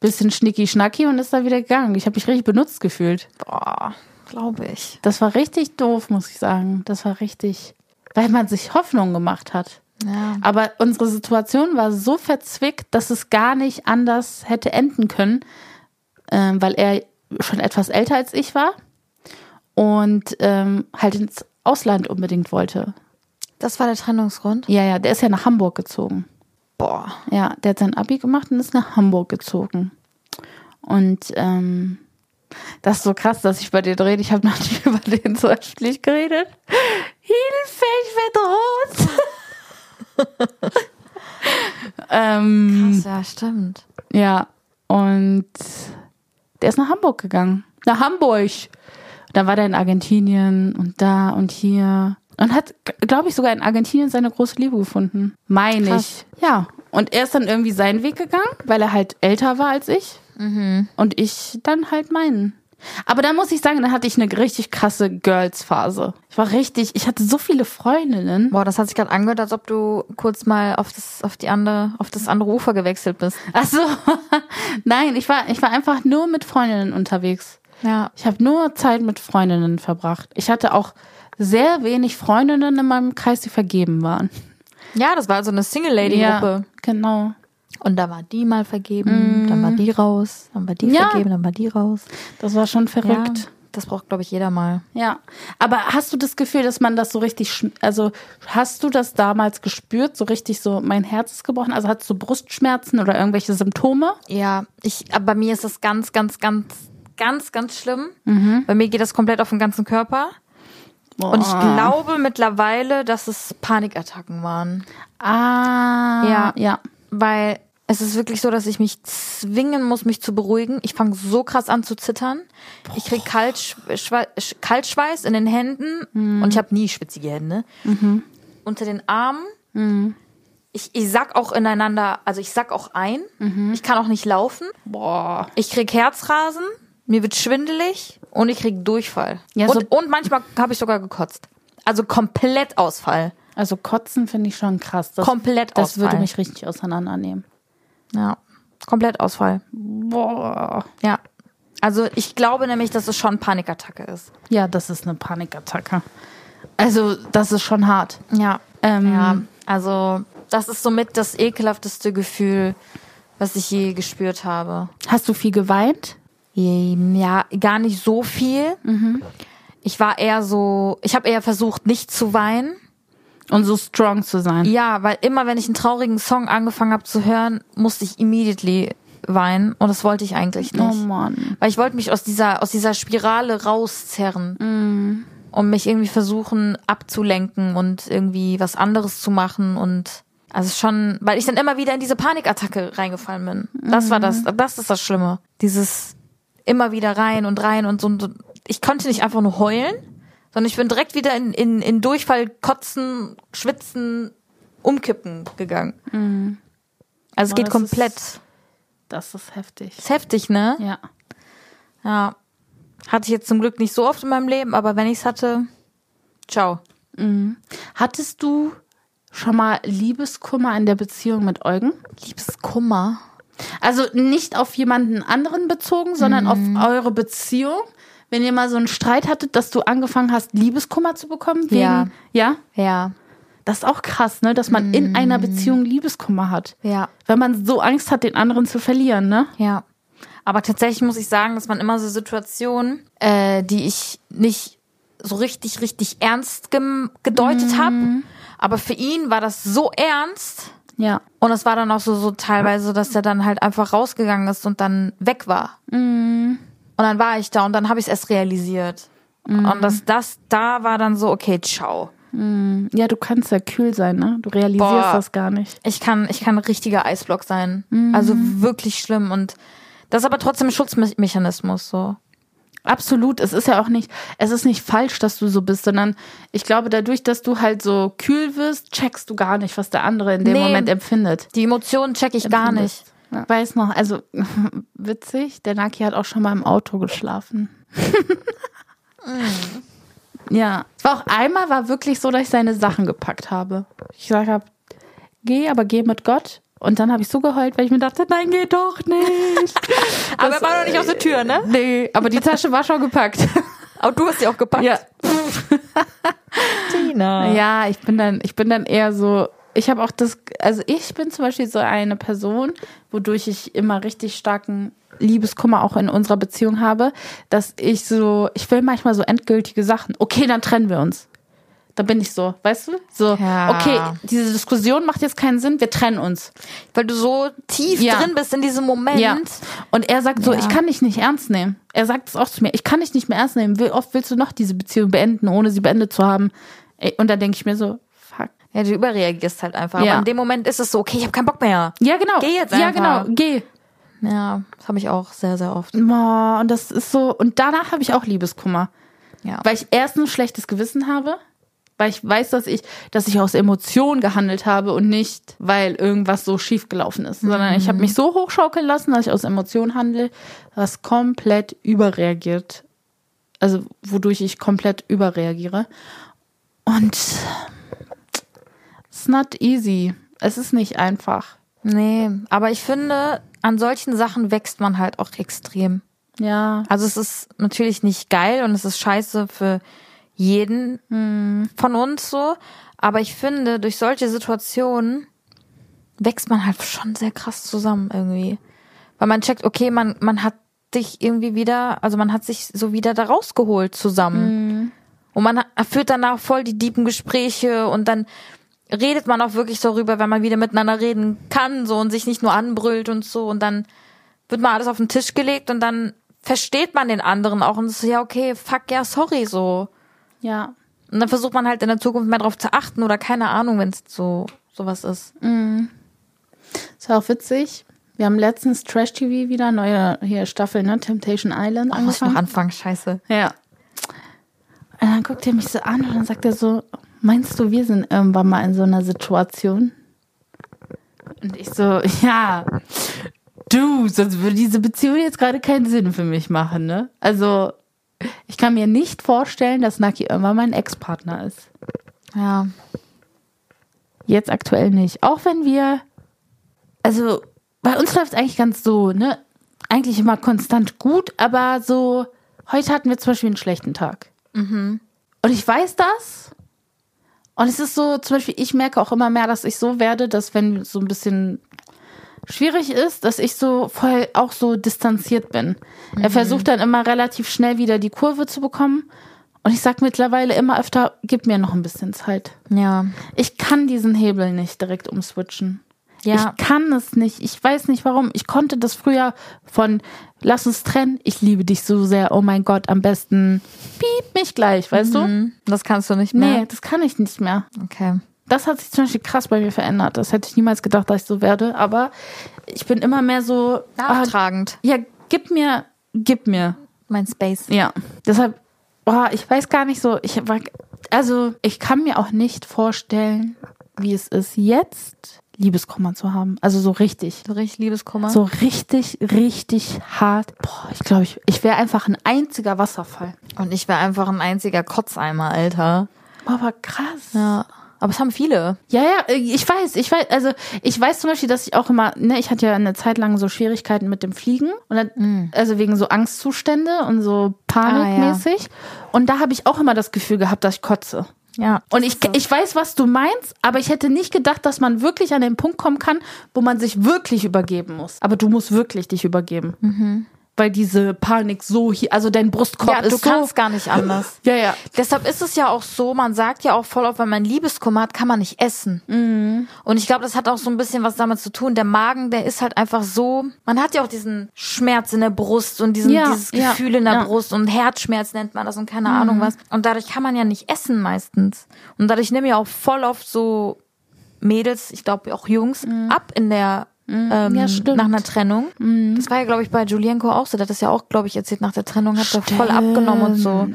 S2: Bisschen schnicki-schnacki und ist dann wieder gegangen. Ich habe mich richtig benutzt gefühlt.
S3: Boah, glaube ich.
S2: Das war richtig doof, muss ich sagen. Das war richtig, weil man sich Hoffnung gemacht hat.
S3: Ja.
S2: Aber unsere Situation war so verzwickt, dass es gar nicht anders hätte enden können, ähm, weil er schon etwas älter als ich war und ähm, halt ins Ausland unbedingt wollte.
S3: Das war der Trennungsgrund.
S2: Ja, ja, der ist ja nach Hamburg gezogen.
S3: Boah.
S2: Ja, der hat sein Abi gemacht und ist nach Hamburg gezogen. Und ähm, das ist so krass, dass ich über den rede. Ich habe noch nie über den so öffentlich geredet. Hilfe, ich werde rot. ähm,
S3: Ja, stimmt.
S2: ja, und der ist nach Hamburg gegangen. Nach Hamburg. Dann war der in Argentinien und da und hier. Und hat, glaube ich, sogar in Argentinien seine große Liebe gefunden. Meine
S3: Krass.
S2: ich. Ja. Und er ist dann irgendwie seinen Weg gegangen, weil er halt älter war als ich. Und ich dann halt meinen. Aber da muss ich sagen, dann hatte ich eine richtig krasse Girls-Phase. Ich war richtig, ich hatte so viele Freundinnen.
S1: Boah, das hat sich gerade angehört, als ob du kurz mal auf das, auf die andere, auf das andere Ufer gewechselt bist.
S2: Ach so. Nein, ich war, ich war einfach nur mit Freundinnen unterwegs.
S1: Ja.
S2: Ich habe nur Zeit mit Freundinnen verbracht. Ich hatte auch sehr wenig Freundinnen in meinem Kreis, die vergeben waren.
S1: Ja, das war also eine Single-Lady-Gruppe.
S2: genau.
S1: Und da war die mal vergeben, dann war die raus, dann war die
S2: Ja.
S1: vergeben, dann war die raus.
S2: Das war schon
S1: Ja,
S2: verrückt.
S1: das braucht, glaube ich, jeder mal.
S2: Ja, aber hast du das Gefühl, dass man das so richtig, schm- also hast du das damals gespürt, so richtig so, mein Herz ist gebrochen? Also hattest du Brustschmerzen oder irgendwelche Symptome?
S1: Ja, ich, aber bei mir ist das ganz, ganz, ganz, ganz, ganz schlimm. Bei mir geht das komplett auf den ganzen Körper. Und ich glaube mittlerweile, dass es Panikattacken waren.
S2: Ah,
S1: Ja.
S2: ja.
S1: Weil es ist wirklich so, dass ich mich zwingen muss, mich zu beruhigen. Ich fange so krass an zu zittern. Ich krieg Kaltsch Schwe- Sch- Kaltschweiß in den Händen
S2: Mhm.
S1: und ich habe nie schwitzige Hände. Unter den Armen.
S2: Mhm.
S1: Ich, ich sack auch ineinander, also ich sack auch ein.
S2: Mhm.
S1: Ich kann auch nicht laufen.
S2: Boah.
S1: Ich krieg Herzrasen, mir wird schwindelig und ich krieg Durchfall.
S2: Ja, so-
S1: und, und manchmal habe ich sogar gekotzt. Also komplett Ausfall.
S2: Also kotzen finde ich schon krass. Das,
S1: Komplett
S2: Das würde
S1: ausfallen.
S2: mich richtig auseinandernehmen.
S1: Ja, komplett Ausfall.
S2: Boah.
S1: Ja. Also ich glaube nämlich, dass es schon Panikattacke ist.
S2: Ja, das ist eine Panikattacke. Also, das ist schon hart.
S1: Ja.
S2: Ähm,
S1: Ja. Also das ist somit das ekelhafteste Gefühl, was ich je gespürt habe.
S2: Hast du viel geweint?
S1: Ähm, Ja, gar nicht so viel. Ich war eher so, ich habe eher versucht, nicht zu weinen.
S2: Und so strong zu sein.
S1: Ja, weil immer, wenn ich einen traurigen Song angefangen habe zu hören, musste ich immediately weinen und das wollte ich eigentlich nicht.
S2: Oh Mann.
S1: Weil ich wollte mich aus dieser, aus dieser Spirale rauszerren
S2: Mm.
S1: und mich irgendwie versuchen abzulenken und irgendwie was anderes zu machen und also schon, weil ich dann immer wieder in diese Panikattacke reingefallen bin. Das war
S2: Mm.
S1: das, das ist das Schlimme. Dieses immer wieder rein und rein und so. Und so. Ich konnte nicht einfach nur heulen, sondern ich bin direkt wieder in, in, in Durchfall, Kotzen, Schwitzen, Umkippen gegangen. Also es
S2: Boah,
S1: geht
S2: das
S1: komplett.
S2: ist- Das ist heftig.
S1: ist heftig, ne?
S2: Ja.
S1: Ja. Hatte ich jetzt zum Glück nicht so oft in meinem Leben, aber wenn ich's hatte, ciao.
S2: Hattest du schon mal Liebeskummer in der Beziehung mit Eugen?
S1: Liebeskummer.
S2: Also nicht auf jemanden anderen bezogen, sondern
S1: Mhm.
S2: auf eure Beziehung. Wenn ihr mal so einen Streit hattet, dass du angefangen hast, Liebeskummer zu bekommen? Wegen,
S1: Ja.
S2: ja.
S1: Ja,
S2: Das ist auch krass, ne? Dass man in
S1: Mhm.
S2: einer Beziehung Liebeskummer hat.
S1: ja,
S2: Wenn man so Angst hat, den anderen zu verlieren, ne?
S1: ja. Aber tatsächlich muss ich sagen, dass man immer so Situationen, äh, die ich nicht so richtig, richtig ernst gem- gedeutet hab, habe, aber für ihn war das so ernst
S2: Ja.
S1: und es war dann auch so, so teilweise, dass er dann halt einfach rausgegangen ist und dann weg war. Und dann war ich da und dann habe ich es erst realisiert. Und dass das da war dann so, okay, ciao.
S2: Ja, du kannst ja kühl sein, ne? Du realisierst
S1: Boah.
S2: das gar nicht.
S1: Ich kann, ich kann ein richtiger Eisblock sein. Also wirklich schlimm. Und das ist aber trotzdem ein Schutzmechanismus, so.
S2: Absolut. Es ist ja auch nicht, es ist nicht falsch, dass du so bist, sondern ich glaube, dadurch, dass du halt so kühl wirst, checkst du gar nicht, was der andere in dem
S1: Nee.
S2: Moment empfindet.
S1: Die Emotionen check ich gar nicht.
S2: Ja. Weiß noch, also witzig, der Naki hat auch schon mal im Auto geschlafen. ja. Es war auch einmal war wirklich so, dass ich seine Sachen gepackt habe. Ich gesagt habe, geh, aber geh mit Gott. Und dann habe ich so geheult, weil ich mir dachte, nein, geh doch nicht.
S1: Aber er war noch nicht aus der Tür, ne?
S2: nee, aber die Tasche war schon gepackt.
S1: Aber du hast sie auch gepackt.
S2: Ja.
S1: Tina. Ja.
S2: Ja, ich bin dann, ich bin dann eher so, ich habe auch das, also ich bin zum Beispiel so eine Person, wodurch ich immer richtig starken Liebeskummer auch in unserer Beziehung habe, dass ich so, ich will manchmal so endgültige Sachen. Okay, dann trennen wir uns. Da bin ich so, weißt du? So,
S1: Ja.
S2: okay, diese Diskussion macht jetzt keinen Sinn, wir trennen uns.
S1: Weil du so tief
S2: Ja.
S1: drin bist in diesem Moment.
S2: Ja. Und er sagt so,
S1: Ja.
S2: ich kann dich nicht ernst nehmen. Er sagt es auch zu mir, ich kann dich nicht mehr ernst nehmen. Wie oft willst du noch diese Beziehung beenden, ohne sie beendet zu haben? Ey, Und da denke ich mir so, fuck.
S1: Ja, du überreagierst halt einfach.
S2: Ja.
S1: Aber in dem Moment ist es so, okay, ich habe keinen Bock mehr.
S2: Ja, genau.
S1: Geh jetzt
S2: Ja,
S1: einfach.
S2: genau, geh.
S1: Ja, das habe ich auch sehr, sehr oft.
S2: Boah, und das ist so. Und danach habe ich auch Liebeskummer.
S1: Ja.
S2: Weil ich erstens schlechtes Gewissen habe. weil ich weiß, dass ich, dass ich aus Emotion gehandelt habe und nicht, weil irgendwas so schief gelaufen ist, sondern ich habe
S1: Mhm.
S2: mich so hochschaukeln lassen, dass ich aus Emotion handle, was komplett überreagiert, also wodurch ich komplett überreagiere. Und it's not easy. Es ist nicht einfach.
S1: Nee, aber ich finde, an solchen Sachen wächst man halt auch extrem.
S2: Ja.
S1: Also es ist natürlich nicht geil und es ist scheiße für jeden von uns so. Aber ich finde, durch solche Situationen wächst man halt schon sehr krass zusammen irgendwie. Weil man checkt, okay, man, man hat dich irgendwie wieder, also man hat sich so wieder da rausgeholt zusammen. Und man ha- führt danach voll die tiefen Gespräche und dann redet man auch wirklich darüber, wenn man wieder miteinander reden kann, so und sich nicht nur anbrüllt und so und dann wird mal alles auf den Tisch gelegt und dann versteht man den anderen auch und ist so, ja, okay, fuck, ja, sorry, so.
S2: Ja.
S1: Und dann versucht man halt in der Zukunft mehr drauf zu achten oder keine Ahnung, wenn es so sowas ist.
S2: Ist ja auch witzig. Wir haben letztens Trash TV wieder, neue hier Staffel, ne? Temptation Island
S1: Muss Oh, ich noch
S2: angefangen.
S1: anfangen, scheiße.
S2: Ja. Und dann guckt er mich so an und dann sagt er so, meinst du, wir sind irgendwann mal in so einer Situation? Und ich so, ja, du, sonst würde diese Beziehung jetzt gerade keinen Sinn für mich machen, ne? Also, ich kann mir nicht vorstellen, dass Naki irgendwann mein Ex-Partner ist.
S1: Ja.
S2: Jetzt aktuell nicht. Auch wenn wir, also, bei uns läuft es eigentlich ganz so, ne? Eigentlich immer konstant gut, aber so, heute hatten wir zum Beispiel einen schlechten Tag. Und ich weiß das. Und es ist so, zum Beispiel, ich merke auch immer mehr, dass ich so werde, dass wenn so ein bisschen schwierig ist, dass ich so voll auch so distanziert bin. Er versucht dann immer relativ schnell wieder die Kurve zu bekommen. Und ich sag mittlerweile immer öfter, gib mir noch ein bisschen Zeit.
S1: Ja.
S2: Ich kann diesen Hebel nicht direkt umswitchen.
S1: Ja.
S2: Ich kann es nicht. Ich weiß nicht warum. Ich konnte das früher von lass uns trennen. Ich liebe dich so sehr. Oh mein Gott, am besten piep mich gleich, weißt
S1: Mhm.
S2: du?
S1: Das kannst du nicht
S2: Nee,
S1: mehr.
S2: das kann ich nicht mehr.
S1: Okay.
S2: Das hat sich zum Beispiel krass bei mir verändert. Das hätte ich niemals gedacht, dass ich so werde. Aber ich bin immer mehr so. ah,
S1: Nachtragend.
S2: ja, gib mir, gib mir.
S1: Mein Space.
S2: Ja. Deshalb, boah, ich weiß gar nicht so. Ich war, also ich kann mir auch nicht vorstellen, wie es ist jetzt Liebeskummer zu haben. Also so richtig.
S1: So richtig Liebeskummer.
S2: So richtig, richtig hart. Boah, ich glaube, ich, ich wäre einfach ein einziger Wasserfall.
S1: Und ich wäre einfach ein einziger Kotzeimer, Alter.
S2: Aber krass.
S1: Ja. Aber es haben viele.
S2: Ja, ja, ich weiß, ich weiß, also ich weiß zum Beispiel, dass ich auch immer, ne, ich hatte ja eine Zeit lang so Schwierigkeiten mit dem Fliegen und dann, also wegen so Angstzustände und so panikmäßig. Und da habe ich auch immer das Gefühl gehabt, dass ich kotze.
S1: Ja.
S2: Und ich, ich weiß, was du meinst, aber ich hätte nicht gedacht, dass man wirklich an den Punkt kommen kann, wo man sich wirklich übergeben muss. Aber du musst wirklich dich übergeben. Weil diese Panik so hier, also dein Brustkorb
S1: Mhm. ja,
S2: ist
S1: du
S2: so.
S1: kannst gar nicht anders.
S2: ja, ja.
S1: Deshalb ist es ja auch so, man sagt ja auch voll oft, wenn man Liebeskummer hat, kann man nicht essen.
S2: Mhm.
S1: Und ich glaube, das hat auch so ein bisschen was damit zu tun. Der Magen, der ist halt einfach so, man hat ja auch diesen Schmerz in der Brust und diesen,
S2: Ja,
S1: dieses
S2: ja,
S1: Gefühl in der
S2: ja. Mhm.
S1: Brust und Herzschmerz nennt man das und keine Ahnung was. Und dadurch kann man ja nicht essen meistens. Und dadurch nehmen ja auch voll oft so Mädels, ich glaube auch Jungs, ab in der ähm,
S2: Mhm. Ja, stimmt. Mhm.
S1: nach einer Trennung. Das war ja, glaube ich, bei Julienko auch so. Der hat das ja auch, glaube ich, erzählt, nach der Trennung hat er voll abgenommen und so.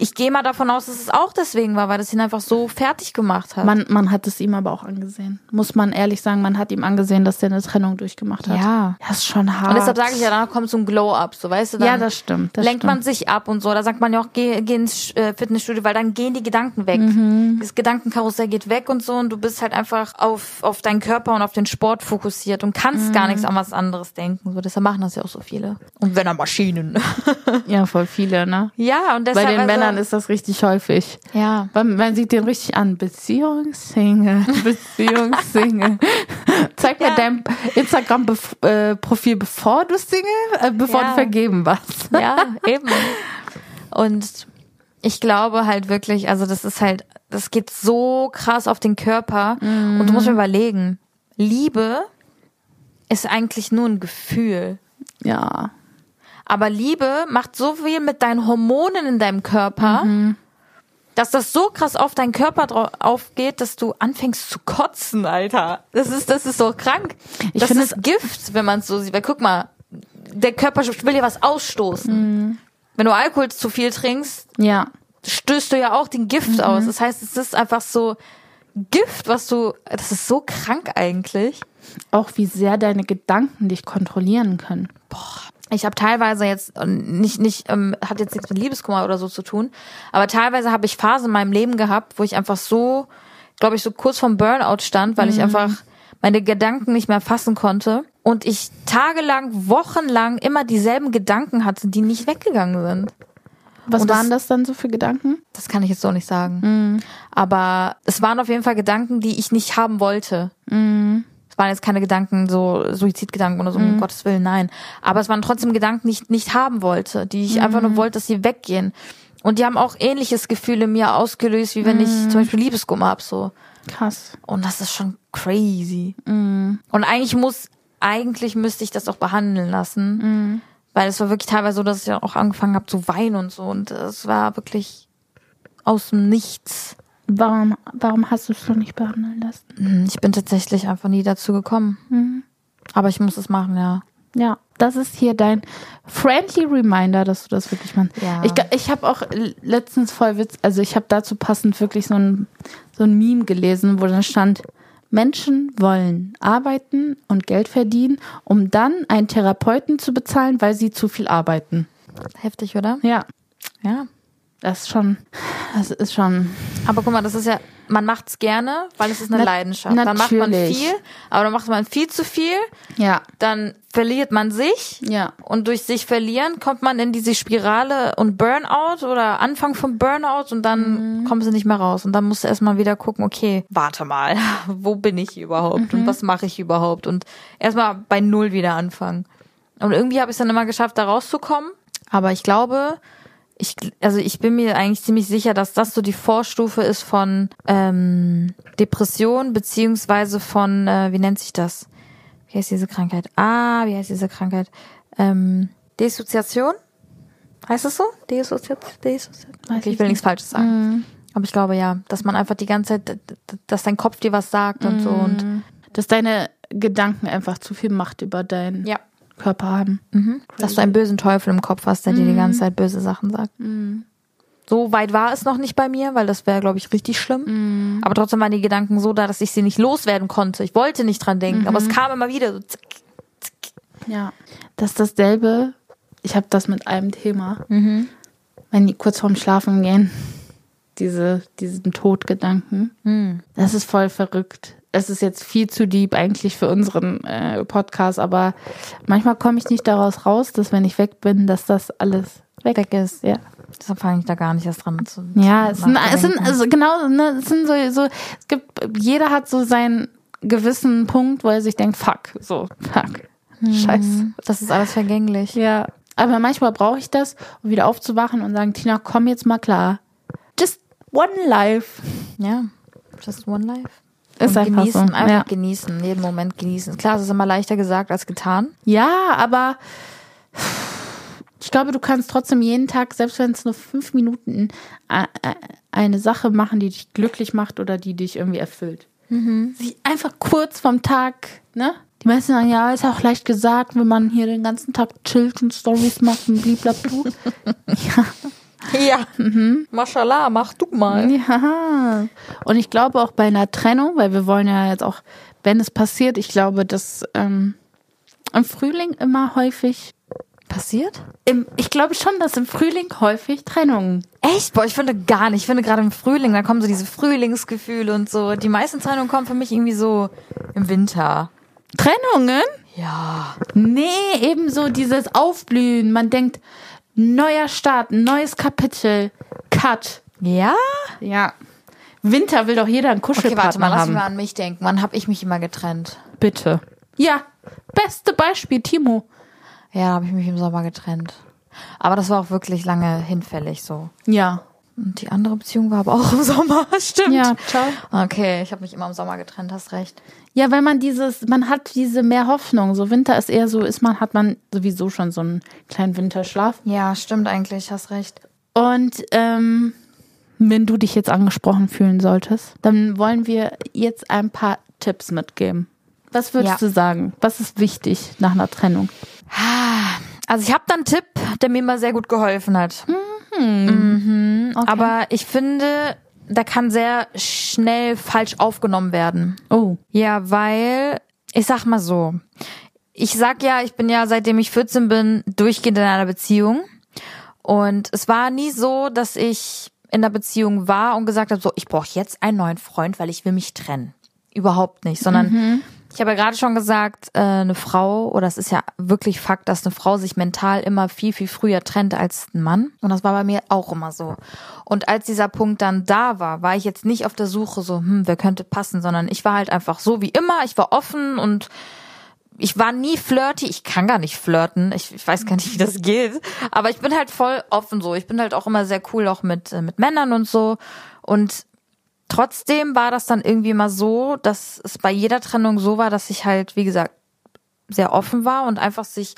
S1: Ich gehe mal davon aus, dass es auch deswegen war, weil das ihn einfach so fertig gemacht hat.
S2: Man, man hat es ihm aber auch angesehen. Muss man ehrlich sagen, man hat ihm angesehen, dass der eine Trennung durchgemacht hat.
S1: Ja.
S2: Das ist schon hart.
S1: und deshalb sage ich ja, danach kommt so ein Glow-Up, so weißt du, dann
S2: Ja, das stimmt, das
S1: lenkt
S2: stimmt.
S1: man sich ab und so. Da sagt man ja auch, geh, geh ins äh, Fitnessstudio, weil dann gehen die Gedanken weg.
S2: Mhm.
S1: Das Gedankenkarussell geht weg und so und du bist halt einfach auf, auf deinen Körper und auf den Sport fokussiert und kannst
S2: Mhm.
S1: gar nichts an was anderes denken. So, deshalb machen das ja auch so viele. Und wenn er Maschinen.
S2: Ja, voll viele, ne?
S1: ja, und
S2: Bei
S1: deshalb.
S2: den
S1: also,
S2: Männern ist das richtig häufig.
S1: Ja.
S2: Man, man sieht den richtig an. Beziehungssingle, Beziehungssingle. Zeig mir dein Instagram-Profil, bevor du Single, äh, bevor
S1: Ja.
S2: du vergeben warst.
S1: Ja, eben. Und ich glaube halt wirklich, also das ist halt, das geht so krass auf den Körper. Und du musst mir überlegen, Liebe ist eigentlich nur ein Gefühl.
S2: Ja.
S1: Aber Liebe macht so viel mit deinen Hormonen in deinem Körper, dass das so krass auf deinen Körper drau- aufgeht, dass du anfängst zu kotzen, Alter. Das ist, das ist so krank.
S2: Ich
S1: das
S2: finde
S1: ist Gift, wenn man es so sieht. Weil guck mal, der Körper will dir was ausstoßen. Wenn du Alkohol zu viel trinkst,
S2: Ja.
S1: stößt du ja auch den
S2: Mhm.
S1: Gift aus. Das heißt, es ist einfach so Gift, was du, das ist so krank eigentlich.
S2: Auch wie sehr deine Gedanken dich kontrollieren können.
S1: Ich habe teilweise jetzt ähm, nicht nicht ähm, hat jetzt nichts mit Liebeskummer oder so zu tun, aber teilweise habe ich Phasen in meinem Leben gehabt, wo ich einfach so, glaube ich, so kurz vom Burnout stand, weil ich einfach meine Gedanken nicht mehr fassen konnte und ich tagelang, wochenlang immer dieselben Gedanken hatte, die nicht weggegangen sind.
S2: Was
S1: Und das-
S2: waren das dann so für Gedanken?
S1: Das kann ich jetzt so nicht sagen. Aber es waren auf jeden Fall Gedanken, die ich nicht haben wollte. Es waren jetzt keine Gedanken, so Suizidgedanken oder so, um Gottes Willen, nein. Aber es waren trotzdem Gedanken, die ich nicht haben wollte, die ich einfach nur wollte, dass sie weggehen. Und die haben auch ähnliches Gefühl in mir ausgelöst, wie wenn ich zum Beispiel Liebeskummer hab, so.
S2: Krass.
S1: Und das ist schon crazy. Und eigentlich muss, eigentlich müsste ich das auch behandeln lassen. Weil es war wirklich teilweise so, dass ich dann auch angefangen habe zu weinen und so. Und es war wirklich aus dem Nichts.
S2: Warum, warum hast du es noch nicht behandeln lassen?
S1: Hm, Ich bin tatsächlich einfach nie dazu gekommen. Aber ich muss es machen, ja.
S2: Ja, das ist hier dein friendly Reminder, dass du das wirklich machst.
S1: Ja.
S2: Ich, gl- ich habe auch l- letztens voll Witz, also ich habe dazu passend wirklich so ein, so ein Meme gelesen, wo dann stand, Menschen wollen arbeiten und Geld verdienen, um dann einen Therapeuten zu bezahlen, weil sie zu viel arbeiten.
S1: Heftig, oder?
S2: Ja,
S1: Ja.
S2: das ist schon, das ist schon
S1: Aber guck mal, das ist ja, man macht's gerne, weil es ist eine
S2: Na-
S1: Leidenschaft. Dann macht man
S2: natürlich.
S1: viel, aber dann macht man viel zu viel.
S2: Ja,
S1: dann verliert man sich.
S2: Ja.
S1: Und durch sich verlieren kommt man in diese Spirale und Burnout oder Anfang vom Burnout und dann kommst du nicht mehr raus. Und dann musst du erstmal wieder gucken, okay, warte mal, wo bin ich überhaupt und was mache ich überhaupt? Und erstmal bei Null wieder anfangen. Und irgendwie habe ich es dann immer geschafft, da rauszukommen. Aber ich glaube, ich, gl- also ich bin mir eigentlich ziemlich sicher, dass das so die Vorstufe ist von ähm, Depression beziehungsweise von, äh, wie nennt sich das? Wie heißt diese Krankheit? Ah, wie heißt diese Krankheit? Ähm, Dissoziation? Heißt das so? Dissoziation? Dissoziation? Okay, ich will nichts Falsches sagen.
S2: Mhm.
S1: Aber ich glaube ja, dass man einfach die ganze Zeit, d- d- dass dein Kopf dir was sagt und so
S2: Mhm.
S1: und
S2: dass deine Gedanken einfach zu viel Macht über deinen
S1: ja,
S2: Körper haben.
S1: dass du einen bösen Teufel im Kopf hast, der dir
S2: Mhm.
S1: die ganze Zeit böse Sachen sagt. So weit war es noch nicht bei mir, weil das wäre, glaube ich, richtig
S2: Mhm.
S1: schlimm. Aber trotzdem waren die Gedanken so da, dass ich sie nicht loswerden konnte. Ich wollte nicht dran denken, aber es
S2: Mhm.
S1: kam immer wieder so zack,
S2: Ja. Dass dasselbe, ich habe das mit einem Thema, wenn die kurz vorm Schlafen gehen, diese, diesen Todgedanken, das ist voll verrückt. Es ist jetzt viel zu deep eigentlich für unseren äh, Podcast, aber manchmal komme ich nicht daraus raus, dass wenn ich weg bin, dass das alles weg,
S1: weg ist.
S2: Ja.
S1: Deshalb fange ich da gar nicht erst dran zu.
S2: Ja,
S1: zu
S2: es sind, es sind
S1: nachzudenken.
S2: also genau, ne, es sind so, so, es gibt, jeder hat so seinen gewissen Punkt, wo er sich denkt, fuck, so, fuck, scheiße.
S1: Das ist alles vergänglich.
S2: Ja. Aber manchmal brauche ich das, um wieder aufzuwachen und sagen, Tina, komm jetzt mal klar. Just one life.
S1: Ja. Just one life.
S2: Ist
S1: Und
S2: einfach
S1: genießen,
S2: so.
S1: einfach
S2: Ja.
S1: genießen, jeden Moment genießen. Klar, es ist immer leichter gesagt als getan.
S2: Ja, aber ich glaube, du kannst trotzdem jeden Tag, selbst wenn es nur fünf Minuten, äh, äh, eine Sache machen, die dich glücklich macht oder die dich irgendwie erfüllt. Sich einfach kurz vom Tag, ne? Die meisten sagen, ja, ist auch leicht gesagt, wenn man hier den ganzen Tag chillt und Stories macht und blablabla.
S1: Ja. Mhm. Mashallah, mach du mal.
S2: Ja. Und ich glaube auch bei einer Trennung, weil wir wollen ja jetzt auch, wenn es passiert, ich glaube, dass ähm, im Frühling immer häufig,
S1: Passiert?
S2: im, ich glaube schon, dass im Frühling häufig Trennungen.
S1: Echt? Boah, ich finde gar nicht. Ich finde gerade im Frühling, da kommen so diese Frühlingsgefühle und so. Die meisten Trennungen kommen für mich irgendwie so im Winter.
S2: Trennungen?
S1: Ja.
S2: Nee, eben so dieses Aufblühen. Man denkt, neuer Start, neues Kapitel, Cut.
S1: Ja?
S2: Ja. Winter will doch jeder einen
S1: Okay,
S2: Kuschelpartner
S1: warte mal, lass mich
S2: haben.
S1: mal an mich denken. Wann habe ich mich immer getrennt?
S2: Bitte. Ja, beste Beispiel, Timo.
S1: Ja, da habe ich mich im Sommer getrennt. Aber das war auch wirklich lange hinfällig so.
S2: Ja.
S1: Und die andere Beziehung war aber auch im Sommer, stimmt.
S2: Ja, ciao.
S1: Okay, ich habe mich immer im Sommer getrennt, hast recht.
S2: Ja, weil man dieses, man hat diese mehr Hoffnung. So Winter ist eher so, ist man, hat man sowieso schon so einen kleinen Winterschlaf.
S1: Ja, stimmt eigentlich, hast recht.
S2: Und ähm, wenn du dich jetzt angesprochen fühlen solltest, dann wollen wir jetzt ein paar Tipps mitgeben. Was würdest
S1: Ja.
S2: du sagen? Was ist wichtig nach einer Trennung?
S1: Also ich habe da einen Tipp, der mir immer sehr gut geholfen hat. Mhm. Aber ich finde, da kann sehr schnell falsch aufgenommen werden.
S2: Oh.
S1: Ja, weil, ich sag mal so, ich sag ja, ich bin ja seitdem ich 14 bin, durchgehend in einer Beziehung. Und es war nie so, dass ich in einer Beziehung war und gesagt habe, so, ich brauche jetzt einen neuen Freund, weil ich will mich trennen. Überhaupt nicht, sondern ich habe ja gerade schon gesagt, äh, eine Frau, oder es ist ja wirklich Fakt, dass eine Frau sich mental immer viel, viel früher trennt als ein Mann. Und das war bei mir auch immer so. Und als dieser Punkt dann da war, war ich jetzt nicht auf der Suche so, hm, wer könnte passen, sondern ich war halt einfach so wie immer, ich war offen und ich war nie flirty, ich kann gar nicht flirten, ich, ich weiß gar nicht, wie das geht, aber ich bin halt voll offen so, ich bin halt auch immer sehr cool, auch mit, äh, mit Männern und so und trotzdem war das dann irgendwie immer so, dass es bei jeder Trennung so war, dass ich halt, wie gesagt, sehr offen war und einfach sich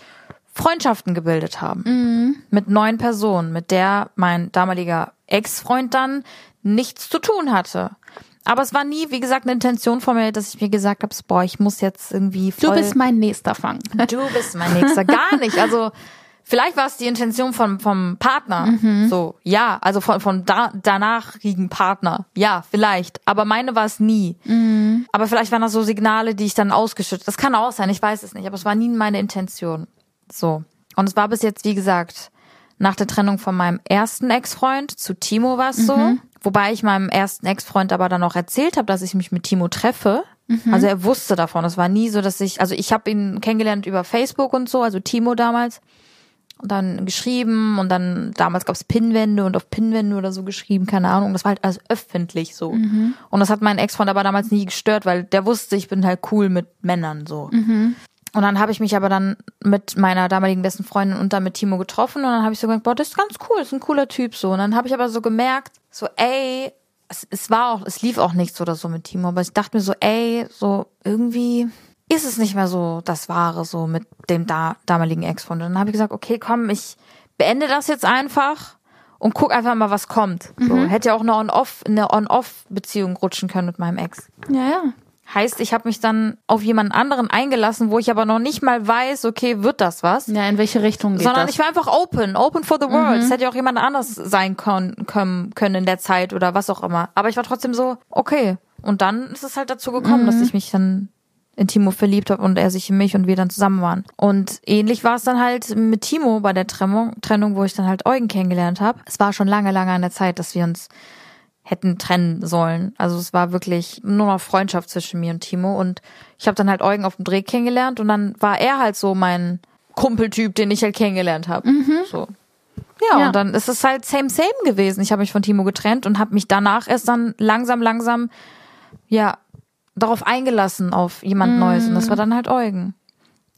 S1: Freundschaften gebildet haben.
S2: Mhm.
S1: Mit neun Personen, mit der mein damaliger Ex-Freund dann nichts zu tun hatte. Aber es war nie, wie gesagt, eine Intention von mir, dass ich mir gesagt habe, boah, ich muss jetzt irgendwie
S2: Du
S1: voll
S2: bist mein nächster Fang.
S1: du bist mein nächster. Gar nicht. Also vielleicht war es die Intention von vom Partner. So ja, also von von da, danachigen Partner. Ja, vielleicht. Aber meine war es nie. Aber vielleicht waren das so Signale, die ich dann ausgeschüttet. Das kann auch sein. Ich weiß es nicht. Aber es war nie meine Intention. So und es war bis jetzt wie gesagt nach der Trennung von meinem ersten Ex-Freund zu Timo war es so. Wobei ich meinem ersten Ex-Freund aber dann auch erzählt habe, dass ich mich mit Timo treffe. Also er wusste davon. Es war nie so, dass ich, also ich habe ihn kennengelernt über Facebook und so, also Timo damals. Und dann geschrieben und dann damals gab es Pinwände und auf Pinwände oder so geschrieben, keine Ahnung. Das war halt alles öffentlich so. Und das hat meinen Ex-Freund aber damals nie gestört, weil der wusste, ich bin halt cool mit Männern so. Und dann habe ich mich aber dann mit meiner damaligen besten Freundin und dann mit Timo getroffen und dann habe ich so gedacht, boah, das ist ganz cool, das ist ein cooler Typ so. Und dann habe ich aber so gemerkt, so ey, es, es war auch, es lief auch nichts oder so mit Timo, aber ich dachte mir so, ey, so irgendwie ist es nicht mehr so das Wahre so mit dem da, damaligen Ex-Freund. Und dann habe ich gesagt, okay, komm, ich beende das jetzt einfach und guck einfach mal, was kommt. So, hätte ja auch eine On-Off, eine On-Off-Beziehung rutschen können mit meinem Ex.
S2: Ja, ja.
S1: Heißt, ich habe mich dann auf jemanden anderen eingelassen, wo ich aber noch nicht mal weiß, okay, wird das was?
S2: Ja, in welche Richtung Hm, geht
S1: Sondern
S2: das? Mhm.
S1: ich war einfach open, open for the world. Es hätte ja auch jemand anders sein kon- können, können in der Zeit oder was auch immer. Aber ich war trotzdem so, okay. Und dann ist es halt dazu gekommen,
S2: Mhm.
S1: dass ich mich dann in Timo verliebt habe und er sich in mich und wir dann zusammen waren. Und ähnlich war es dann halt mit Timo bei der Trennung, Trennung wo ich dann halt Eugen kennengelernt habe. Es war schon lange, lange an der Zeit, dass wir uns hätten trennen sollen. Also es war wirklich nur noch Freundschaft zwischen mir und Timo und ich habe dann halt Eugen auf dem Dreh kennengelernt und dann war er halt so mein Kumpeltyp, den ich halt kennengelernt habe. So. Ja,
S2: Ja.
S1: und dann ist es halt same same gewesen. Ich habe mich von Timo getrennt und habe mich danach erst dann langsam langsam ja darauf eingelassen auf jemand Neues und das war dann halt Eugen.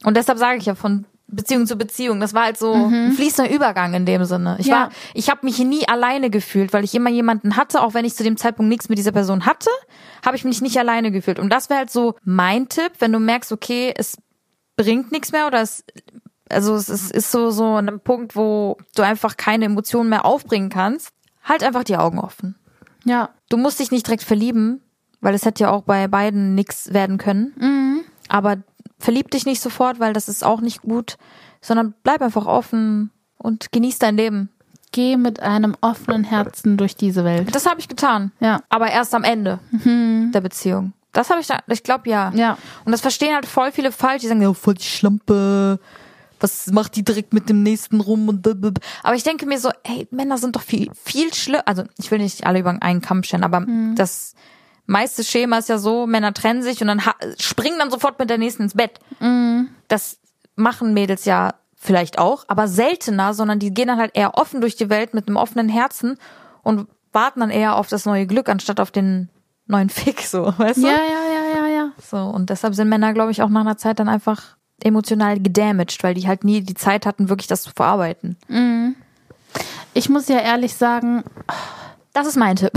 S1: Und deshalb sage ich ja von Beziehung zu Beziehung, das war halt so ein fließender Übergang in dem Sinne. Ich
S2: Ja.
S1: war ich habe mich nie alleine gefühlt, weil ich immer jemanden hatte, auch wenn ich zu dem Zeitpunkt nichts mit dieser Person hatte, habe ich mich nicht alleine gefühlt. Und das wäre halt so mein Tipp, wenn du merkst, okay, es bringt nichts mehr oder es also es ist, ist so so ein Punkt, wo du einfach keine Emotionen mehr aufbringen kannst, halt einfach die Augen offen.
S2: ja.
S1: Du musst dich nicht direkt verlieben, weil es hätte ja auch bei beiden nichts werden können.
S2: Mhm.
S1: Aber verlieb dich nicht sofort, weil das ist auch nicht gut, sondern bleib einfach offen und genieß dein Leben.
S2: Geh mit einem offenen Herzen durch diese Welt.
S1: Das habe ich getan.
S2: Ja. Mhm.
S1: Aber erst am Ende der Beziehung. Das habe ich da, ich glaube ja.
S2: Ja.
S1: Und das verstehen halt voll viele falsch. Die sagen, ja, voll die Schlampe. Was macht die direkt mit dem nächsten rum und blub, blub. Aber ich denke mir so, ey, Männer sind doch viel, viel schlimmer. Also, ich will nicht alle über einen Kamm stellen, aber
S2: Mhm.
S1: das meiste Schema ist ja so, Männer trennen sich und dann ha- springen dann sofort mit der nächsten ins Bett. Das machen Mädels ja vielleicht auch, aber seltener, sondern die gehen dann halt eher offen durch die Welt mit einem offenen Herzen und warten dann eher auf das neue Glück, anstatt auf den neuen Fick, so, weißt du?
S2: Ja, ja, ja, ja, ja.
S1: So, und deshalb sind Männer, glaube ich, auch nach einer Zeit dann einfach emotional gedamaged, weil die halt nie die Zeit hatten, wirklich das zu verarbeiten.
S2: Ich muss ja ehrlich sagen,
S1: Das ist mein Tipp.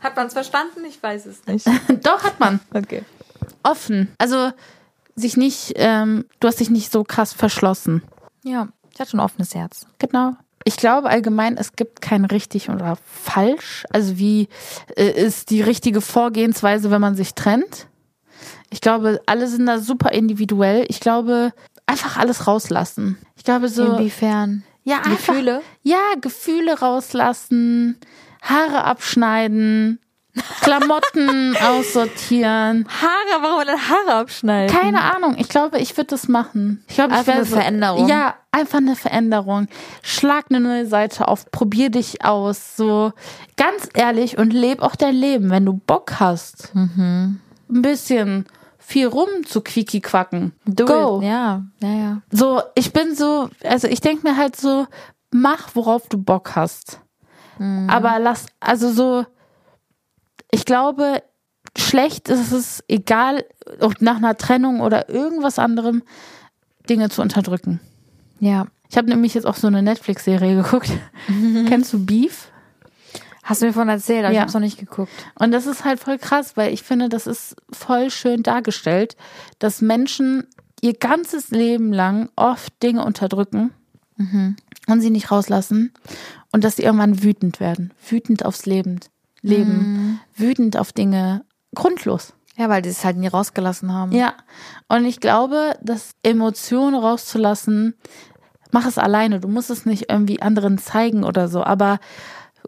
S1: Hat man es verstanden? Ich weiß es nicht.
S2: doch hat man
S1: Okay.
S2: offen. Also sich nicht, ähm, du hast dich nicht so krass verschlossen.
S1: Ja, ich hatte ein offenes Herz.
S2: Genau. Ich glaube allgemein, es gibt kein richtig oder falsch. Also wie äh, ist die richtige Vorgehensweise, wenn man sich trennt? Ich glaube, alle sind da super individuell. Ich glaube, einfach alles rauslassen. Ich glaube so,
S1: Inwiefern?
S2: Ja, einfach,
S1: Gefühle?
S2: Ja, Gefühle rauslassen, Haare abschneiden, Klamotten aussortieren.
S1: Haare, warum denn Haare abschneiden?
S2: Keine Ahnung, ich glaube, ich würde das machen. Ich glaube, ich
S1: Einfach
S2: wär
S1: eine
S2: so-
S1: Veränderung.
S2: Ja, einfach eine Veränderung. Schlag eine neue Seite auf, probier dich aus, so ganz ehrlich und leb auch dein Leben, wenn du Bock hast. Mhm. Ein bisschen viel rum zu Quickie quacken.
S1: Do
S2: Go.
S1: It. Ja, ja, ja.
S2: So, ich bin so, also ich denk mir halt so, mach, worauf du Bock hast. Aber lass, also so, ich glaube, schlecht ist es, egal, ob nach einer Trennung oder irgendwas anderem, Dinge zu unterdrücken.
S1: Ja.
S2: Ich habe nämlich jetzt auch so eine Netflix-Serie geguckt. Kennst du Beef?
S1: Hast du mir von erzählt, aber
S2: Ja.
S1: ich hab's noch nicht geguckt.
S2: Und das ist halt voll krass, weil ich finde, das ist voll schön dargestellt, dass Menschen ihr ganzes Leben lang oft Dinge unterdrücken mhm, und sie nicht rauslassen und dass sie irgendwann wütend werden. Wütend aufs Leben. Leben. Wütend auf Dinge. Grundlos.
S1: Ja, weil die es halt nie rausgelassen haben.
S2: Ja. Und ich glaube, dass Emotionen rauszulassen, mach es alleine. Du musst es nicht irgendwie anderen zeigen oder so, aber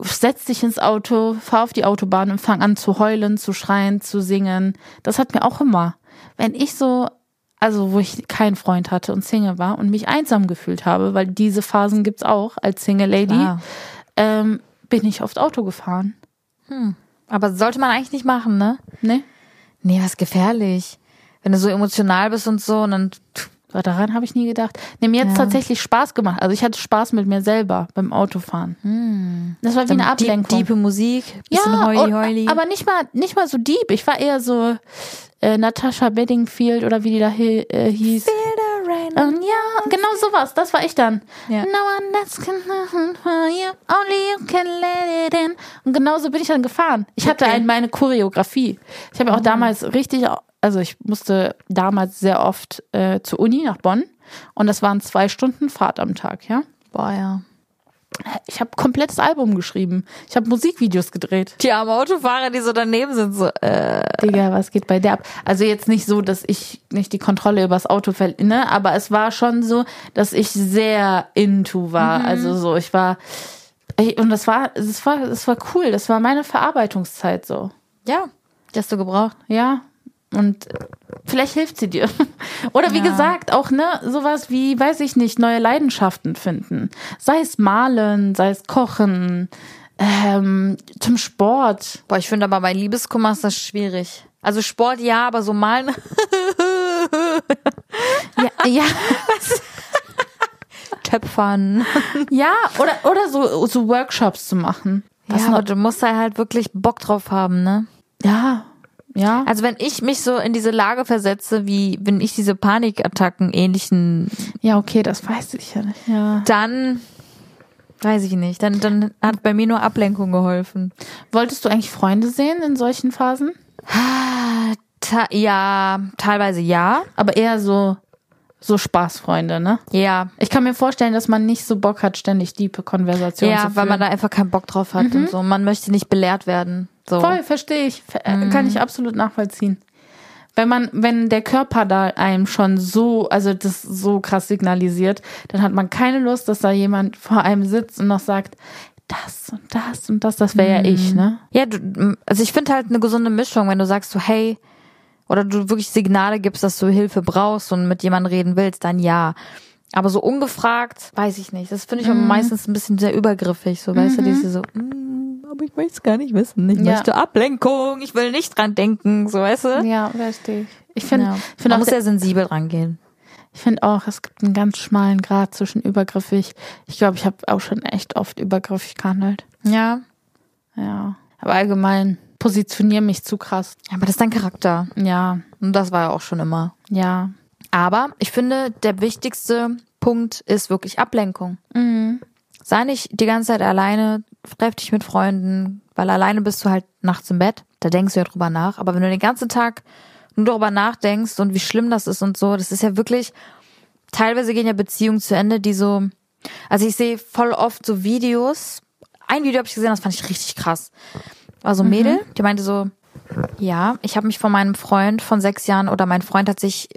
S2: setz dich ins Auto, fahr auf die Autobahn und fang an zu heulen, zu schreien, zu singen. Das hat mir auch immer. Wenn ich so, also wo ich keinen Freund hatte und Single war und mich einsam gefühlt habe, weil diese Phasen gibt's auch als Single Lady,
S1: Klar.
S2: ähm, bin ich oft Auto gefahren.
S1: Aber sollte man eigentlich nicht machen, ne?
S2: Ne?
S1: Nee, was gefährlich. Wenn du so emotional bist und so und dann pff,
S2: Aber daran habe ich nie gedacht. Nee, mir hat
S1: Ja.
S2: tatsächlich Spaß gemacht. Also ich hatte Spaß mit mir selber beim Autofahren. Das war wie eine Ablenkung.
S1: Hm. Deep, diepe Musik, bisschen
S2: ja,
S1: heuli,
S2: und-
S1: heuli.
S2: aber nicht mal, nicht mal so deep. Ich war eher so äh, Natasha Bedingfield oder wie die da hi, äh, hieß. Und ja, genau sowas. Das war ich dann.
S1: Ja.
S2: No one else can love for you, only you can let it in. Und genauso bin ich dann gefahren. Ich hatte ein, meine Choreografie. Ich
S1: Ah.
S2: habe auch damals richtig, also ich musste damals sehr oft äh, zur Uni nach Bonn. Und das waren zwei Stunden Fahrt am Tag, ja.
S1: Boah, ja.
S2: Ich habe komplettes Album geschrieben. Ich habe Musikvideos gedreht.
S1: Die armen Autofahrer, die so daneben sind, so, äh,
S2: Digga, was geht bei der ab? Also jetzt nicht so, dass ich nicht die Kontrolle übers Auto verlinne, aber es war schon so, dass ich sehr into war. Also so, ich war ich- und das war, es war, es war cool. Das war meine Verarbeitungszeit so.
S1: ja, die hast du gebraucht.
S2: Ja. Und vielleicht hilft sie dir. Oder wie gesagt, auch ne, sowas wie, weiß ich nicht, neue Leidenschaften finden. Sei es malen, sei es kochen, ähm, zum Sport.
S1: Boah, ich finde aber bei Liebeskummer ist das schwierig. Also Sport ja, aber so malen.
S2: Ja, ja.
S1: Töpfern.
S2: Ja, oder, oder so, so Workshops zu machen.
S1: Das ja, aber du musst da halt wirklich Bock drauf haben, ne?
S2: Ja, ja.
S1: Also wenn ich mich so in diese Lage versetze, wie wenn ich diese Panikattacken ähnlichen,
S2: Ja, okay, das weiß ich ja nicht. Ja.
S1: dann weiß ich nicht. Dann, dann hat bei mir nur Ablenkung geholfen.
S2: Wolltest du eigentlich Freunde sehen in solchen Phasen?
S1: Ta ja, teilweise ja.
S2: Aber eher so, so Spaßfreunde, ne?
S1: Ja.
S2: Ich kann mir vorstellen, dass man nicht so Bock hat, ständig diepe Konversationen zu
S1: Ja,
S2: führen.
S1: weil man da einfach keinen Bock drauf hat und so. Man möchte nicht belehrt werden. So. Mhm.
S2: Voll, verstehe ich. Ver- äh, Kann ich absolut nachvollziehen. Wenn man, wenn der Körper da einem schon so, also das so krass signalisiert, dann hat man keine Lust, dass da jemand vor einem sitzt und noch sagt, das und das und das, das wäre ja ich,
S1: Mhm.
S2: ne?
S1: Ja, du, also ich finde halt eine gesunde Mischung, wenn du sagst so, hey, oder du wirklich Signale gibst, dass du Hilfe brauchst und mit jemandem reden willst, dann ja. Aber so ungefragt, weiß ich nicht. Das finde ich
S2: Mhm.
S1: meistens ein bisschen sehr übergriffig. So, weißt du, diese so, mm, aber ich möchte es gar nicht wissen. Ich
S2: Ja.
S1: möchte Ablenkung, ich will nicht dran denken, so weißt du?
S2: Ja, verstehe ich. Ich finde,
S1: Ja.
S2: ich finde
S1: Man
S2: auch,
S1: muss sehr sensibel rangehen.
S2: ich finde auch, es gibt einen ganz schmalen Grad zwischen übergriffig. Ich glaube, ich habe auch schon echt oft übergriffig gehandelt.
S1: Ja.
S2: Ja. Aber allgemein positioniere mich zu krass.
S1: Aber das ist dein Charakter.
S2: Ja,
S1: Und das war ja auch schon immer.
S2: ja.
S1: Aber ich finde, der wichtigste Punkt ist wirklich Ablenkung. Sei nicht die ganze Zeit alleine, treff dich mit Freunden, weil alleine bist du halt nachts im Bett, da denkst du ja drüber nach. Aber wenn du den ganzen Tag nur darüber nachdenkst und wie schlimm das ist und so, das ist ja wirklich, teilweise gehen ja Beziehungen zu Ende, die so, also ich sehe voll oft so Videos. Ein Video habe ich gesehen, das fand ich richtig krass. War so ein Mädel, die meinte so, ja, ich habe mich von meinem Freund von sechs Jahren oder mein Freund hat sich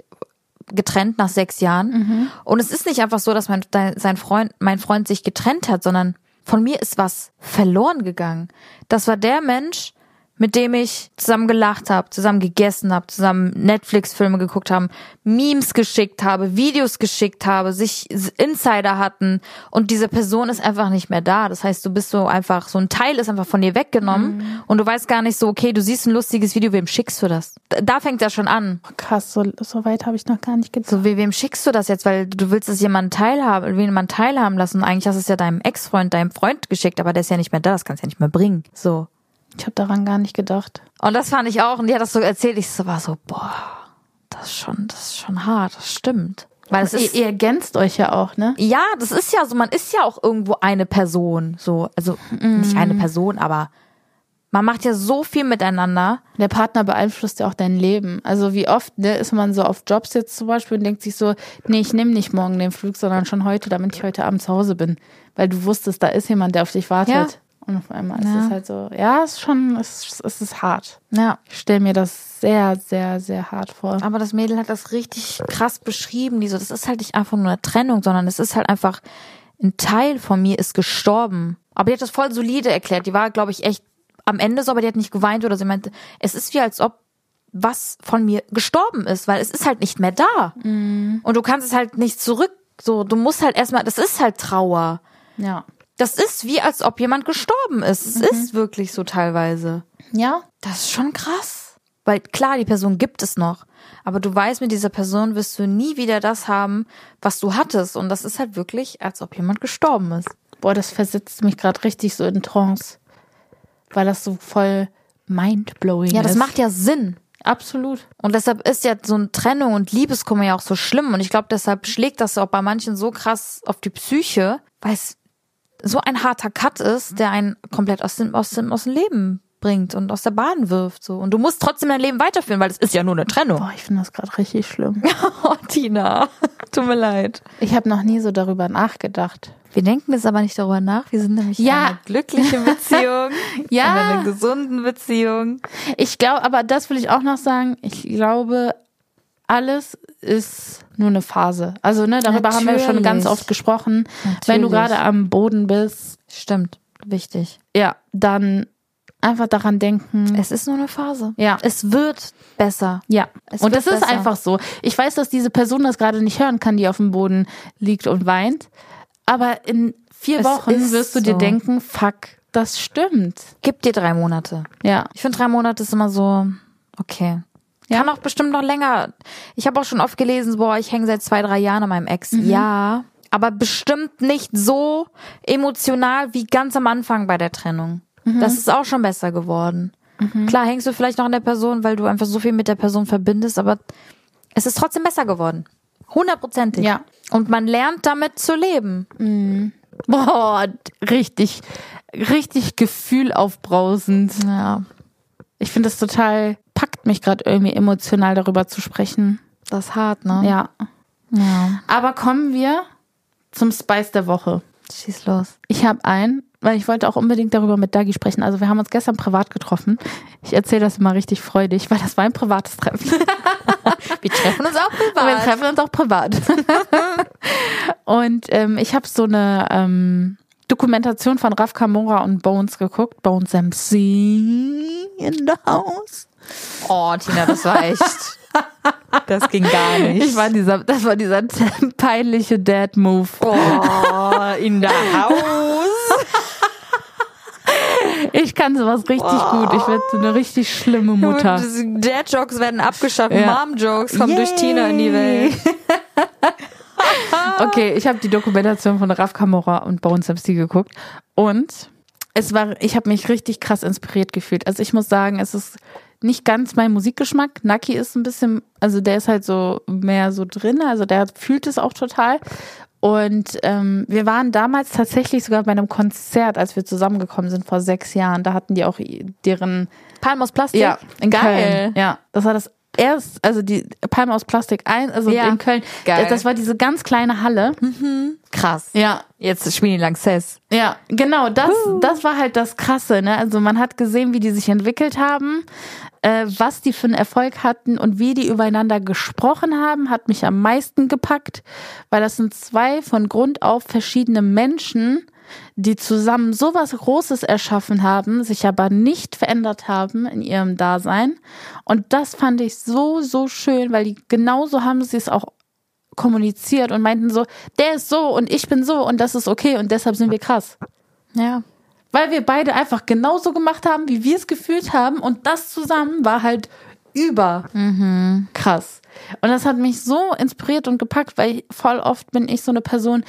S1: getrennt nach sechs Jahren. Und es ist nicht einfach so, dass mein, dein- sein Freund, mein Freund sich getrennt hat, sondern von mir ist was verloren gegangen. Das war der Mensch, mit dem ich zusammen gelacht habe, zusammen gegessen habe, zusammen Netflix-Filme geguckt haben, Memes geschickt habe, Videos geschickt habe, sich Insider hatten und diese Person ist einfach nicht mehr da. Das heißt, du bist so einfach, so ein Teil ist einfach von dir weggenommen und du weißt gar nicht so, okay, du siehst ein lustiges Video, wem schickst du das? Da- Da fängt das schon an.
S2: Oh, Krass, so, so weit habe ich noch gar nicht gedacht.
S1: So, we- wem schickst du das jetzt? Weil du willst es jemanden teilhaben, jemanden teilhaben lassen. Und eigentlich hast du es ja deinem Ex-Freund, deinem Freund geschickt, aber der ist ja nicht mehr da, das kannst du ja nicht mehr bringen. So.
S2: Ich habe daran gar nicht gedacht.
S1: Und das fand ich auch. Und die hat das so erzählt. Ich so, war so, boah, das ist schon, das ist schon hart. Das stimmt. Weil es
S2: Ihr,
S1: ist,
S2: ihr ergänzt euch ja auch, ne?
S1: ja, das ist ja so, man ist ja auch irgendwo eine Person. So, also nicht eine Person, aber man macht ja so viel miteinander.
S2: Der Partner beeinflusst ja auch dein Leben. Also wie oft ne, ist man so auf Jobs jetzt zum Beispiel und denkt sich so, nee, ich nehme nicht morgen den Flug, sondern schon heute, damit ich heute Abend zu Hause bin. Weil du wusstest, da ist jemand, der auf dich wartet.
S1: Ja.
S2: Und auf einmal ist es halt so, ja, es ist schon, es ist, es ist hart.
S1: Ja.
S2: Ich stelle mir das sehr, sehr, sehr hart vor.
S1: Aber das Mädel hat das richtig krass beschrieben. Die so, das ist halt nicht einfach nur eine Trennung, sondern es ist halt einfach, ein Teil von mir ist gestorben. Aber die hat das voll solide erklärt. Die war, glaube ich, echt am Ende so, aber die hat nicht geweint oder so. Sie meinte, es ist wie als ob was von mir gestorben ist, weil es ist halt nicht mehr da. Und du kannst es halt nicht zurück. So, du musst halt erstmal, das ist halt Trauer.
S2: Ja.
S1: Das ist wie als ob jemand gestorben ist. Es ist wirklich so teilweise.
S2: Ja?
S1: Das ist schon krass. Weil klar, die Person gibt es noch. Aber du weißt, mit dieser Person wirst du nie wieder das haben, was du hattest. Und das ist halt wirklich, als ob jemand gestorben ist.
S2: Boah, das versetzt mich gerade richtig so in Trance. Weil das so voll mindblowing
S1: Ja, das
S2: ist.
S1: macht ja Sinn.
S2: absolut.
S1: Und deshalb ist ja so eine Trennung und Liebeskummer ja auch so schlimm. Und ich glaube, deshalb schlägt das auch bei manchen so krass auf die Psyche, weil es so ein harter Cut ist, der einen komplett aus dem, aus dem, aus dem Leben bringt und aus der Bahn wirft. So. Und du musst trotzdem dein Leben weiterführen, weil es ist ja nur eine Trennung.
S2: Boah, ich finde das gerade richtig schlimm.
S1: Oh, Tina, tut mir leid.
S2: Ich habe noch nie so darüber nachgedacht.
S1: Wir denken jetzt aber nicht darüber nach. Wir sind nämlich
S2: Ja.
S1: in einer glücklichen Beziehung,
S2: Ja.
S1: in einer gesunden Beziehung.
S2: Ich glaube, aber das will ich auch noch sagen. Ich glaube, alles ist nur eine Phase. Also, ne, darüber haben wir schon ganz
S1: Natürlich.
S2: oft gesprochen. Wenn du
S1: Natürlich.
S2: gerade am Boden bist,
S1: Stimmt, wichtig.
S2: ja, dann einfach daran denken.
S1: Es ist nur eine Phase.
S2: Ja.
S1: Es wird besser.
S2: ja,
S1: es
S2: und
S1: wird
S2: das ist
S1: besser.
S2: einfach so. Ich weiß, dass diese Person das gerade nicht hören kann, die auf dem Boden liegt und weint. Aber in vier
S1: Es
S2: Wochen
S1: ist
S2: wirst du dir
S1: so.
S2: denken, fuck, das stimmt.
S1: Gib dir drei Monate.
S2: Ja,
S1: Ich finde, drei Monate ist immer so, okay. Kann auch bestimmt noch länger. Ich habe auch schon oft gelesen, boah, ich hänge seit zwei, drei Jahren an meinem Ex. Ja, aber bestimmt nicht so emotional wie ganz am Anfang bei der Trennung. Das ist auch schon besser geworden. Klar, hängst du vielleicht noch an der Person, weil du einfach so viel mit der Person verbindest, aber es ist trotzdem besser geworden. Hundertprozentig.
S2: Ja.
S1: Und man lernt damit zu leben.
S2: boah, richtig, richtig gefühlaufbrausend.
S1: Ja,
S2: Ich finde das total, packt mich gerade irgendwie emotional darüber zu sprechen.
S1: das ist hart, ne?
S2: Ja.
S1: ja.
S2: Aber kommen wir zum Spice der Woche.
S1: Schieß los.
S2: Ich habe einen, weil ich wollte auch unbedingt darüber mit Dagi sprechen. Also wir haben uns gestern privat getroffen. Ich erzähle das immer richtig freudig, weil das war ein privates Treffen.
S1: Wir treffen uns auch privat.
S2: Und wir treffen uns auch privat. und ähm, ich habe so eine ähm, Dokumentation von Raf Kamora und Bones geguckt. Bones MC in the house.
S1: Oh, Tina, das war echt. Das ging gar nicht.
S2: Ich war dieser, das war dieser peinliche Dad-Move.
S1: oh, in der Haus.
S2: Ich kann sowas richtig gut. Ich werde so eine richtig schlimme Mutter.
S1: Dad-Jokes werden abgeschafft,
S2: Ja.
S1: Mom-Jokes kommen durch
S2: Yay.
S1: Tina in die Welt.
S2: Okay, ich habe die Dokumentation von Raf Kamora und Bones MC geguckt und es war, ich habe mich richtig krass inspiriert gefühlt. Also ich muss sagen, es ist nicht ganz mein Musikgeschmack. Naki ist ein bisschen, also der ist halt so mehr so drin, also der fühlt es auch total. Und ähm, wir waren damals tatsächlich sogar bei einem Konzert, als wir zusammengekommen sind vor sechs Jahren. Da hatten die auch i- deren
S1: Palm aus Plastik?
S2: Ja, in
S1: Geil.
S2: Köln. Ja, das war das erste, also die Palme aus Plastik ein, also
S1: Ja.
S2: in Köln.
S1: Geil.
S2: Das war diese ganz kleine Halle.
S1: Krass.
S2: Ja,
S1: Jetzt spielen die Lanxess.
S2: ja, genau, das das war halt das krasse, ne? Also man hat gesehen, wie die sich entwickelt haben. äh, was die für einen Erfolg hatten und wie die übereinander gesprochen haben, hat mich am meisten gepackt, weil das sind zwei von Grund auf verschiedene Menschen, die zusammen sowas Großes erschaffen haben, sich aber nicht verändert haben in ihrem Dasein. Und das fand ich so, so schön, weil die genauso haben sie es auch kommuniziert und meinten so, der ist so und ich bin so und das ist okay und deshalb sind wir krass.
S1: Ja.
S2: Weil wir beide einfach genauso gemacht haben, wie wir es gefühlt haben und das zusammen war halt über krass. Und das hat mich so inspiriert und gepackt, weil voll oft bin ich so eine Person,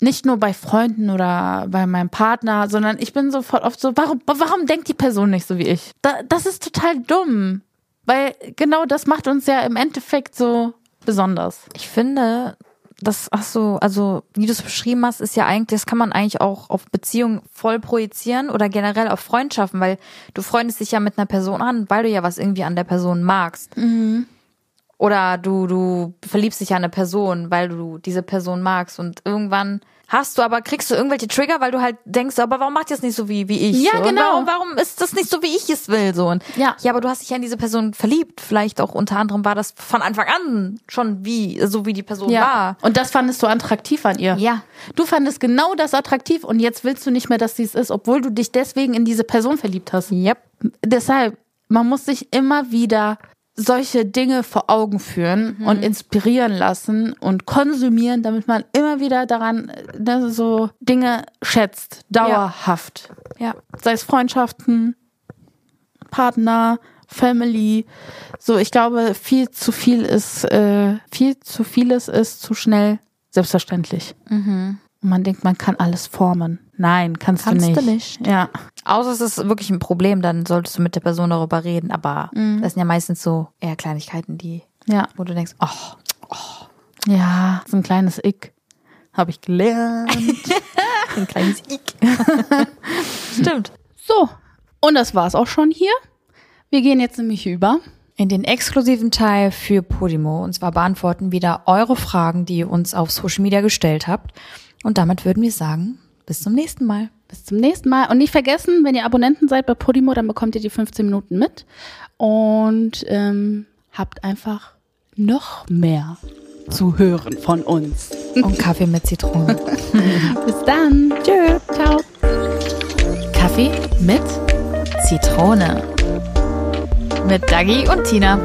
S2: nicht nur bei Freunden oder bei meinem Partner, sondern ich bin sofort oft so, warum, warum denkt die Person nicht so wie ich? Da, das ist total dumm. Weil genau das macht uns ja im Endeffekt so besonders.
S1: Ich finde, das, ach so, also, wie du es beschrieben hast, ist ja eigentlich, das kann man eigentlich auch auf Beziehungen voll projizieren oder generell auf Freundschaften, weil du freundest dich ja mit einer Person an, weil du ja was irgendwie an der Person magst.
S2: Mhm.
S1: Oder du, du verliebst dich ja in eine Person, weil du diese Person magst und irgendwann hast du aber, kriegst du irgendwelche Trigger, weil du halt denkst, aber warum macht ihr das nicht so wie, wie ich?
S2: Ja,
S1: und
S2: genau.
S1: Warum, warum ist das nicht so, wie ich es will? So und
S2: Ja.
S1: ja, aber du hast dich ja in diese Person verliebt. Vielleicht auch unter anderem war das von Anfang an schon wie, so wie die Person war.
S2: Und das fandest du attraktiv an ihr.
S1: Ja.
S2: Du fandest genau das attraktiv und jetzt willst du nicht mehr, dass sie es ist, obwohl du dich deswegen in diese Person verliebt hast.
S1: Yep.
S2: Deshalb, man muss sich immer wieder solche Dinge vor Augen führen
S1: Mhm.
S2: und inspirieren lassen und konsumieren, damit man immer wieder daran äh, ne, so Dinge schätzt, dauerhaft.
S1: Ja.
S2: Sei es Freundschaften, Partner, Family. So, ich glaube, viel zu viel ist, äh, viel zu vieles ist zu schnell selbstverständlich. Und man denkt, man kann alles formen. Nein, kannst,
S1: Mhm. Kannst
S2: du
S1: du
S2: nicht.
S1: nicht.
S2: Ja.
S1: Außer es ist wirklich ein Problem, dann solltest du mit der Person darüber reden. Aber
S6: Mhm.
S1: das sind ja meistens so eher Kleinigkeiten, die,
S2: Ja.
S1: wo du denkst, oh,
S2: Ja, so ein kleines Ick. Habe ich gelernt.
S1: ein kleines Ick. Stimmt.
S2: so, und das war's auch schon hier. Wir gehen jetzt nämlich über.
S6: in den exklusiven Teil für Podimo. Und zwar beantworten wieder eure Fragen, die ihr uns auf Social Media gestellt habt. Und damit würden wir sagen, bis zum nächsten Mal.
S2: Bis zum nächsten Mal. Und nicht vergessen, wenn ihr Abonnenten seid bei Podimo, dann bekommt ihr die 15 Minuten mit. Und ähm, habt einfach noch mehr zu hören von uns.
S6: Und Kaffee mit Zitrone.
S2: Bis dann. Tschö. Ciao. Kaffee mit
S1: Zitrone. Mit Dagi und Tina.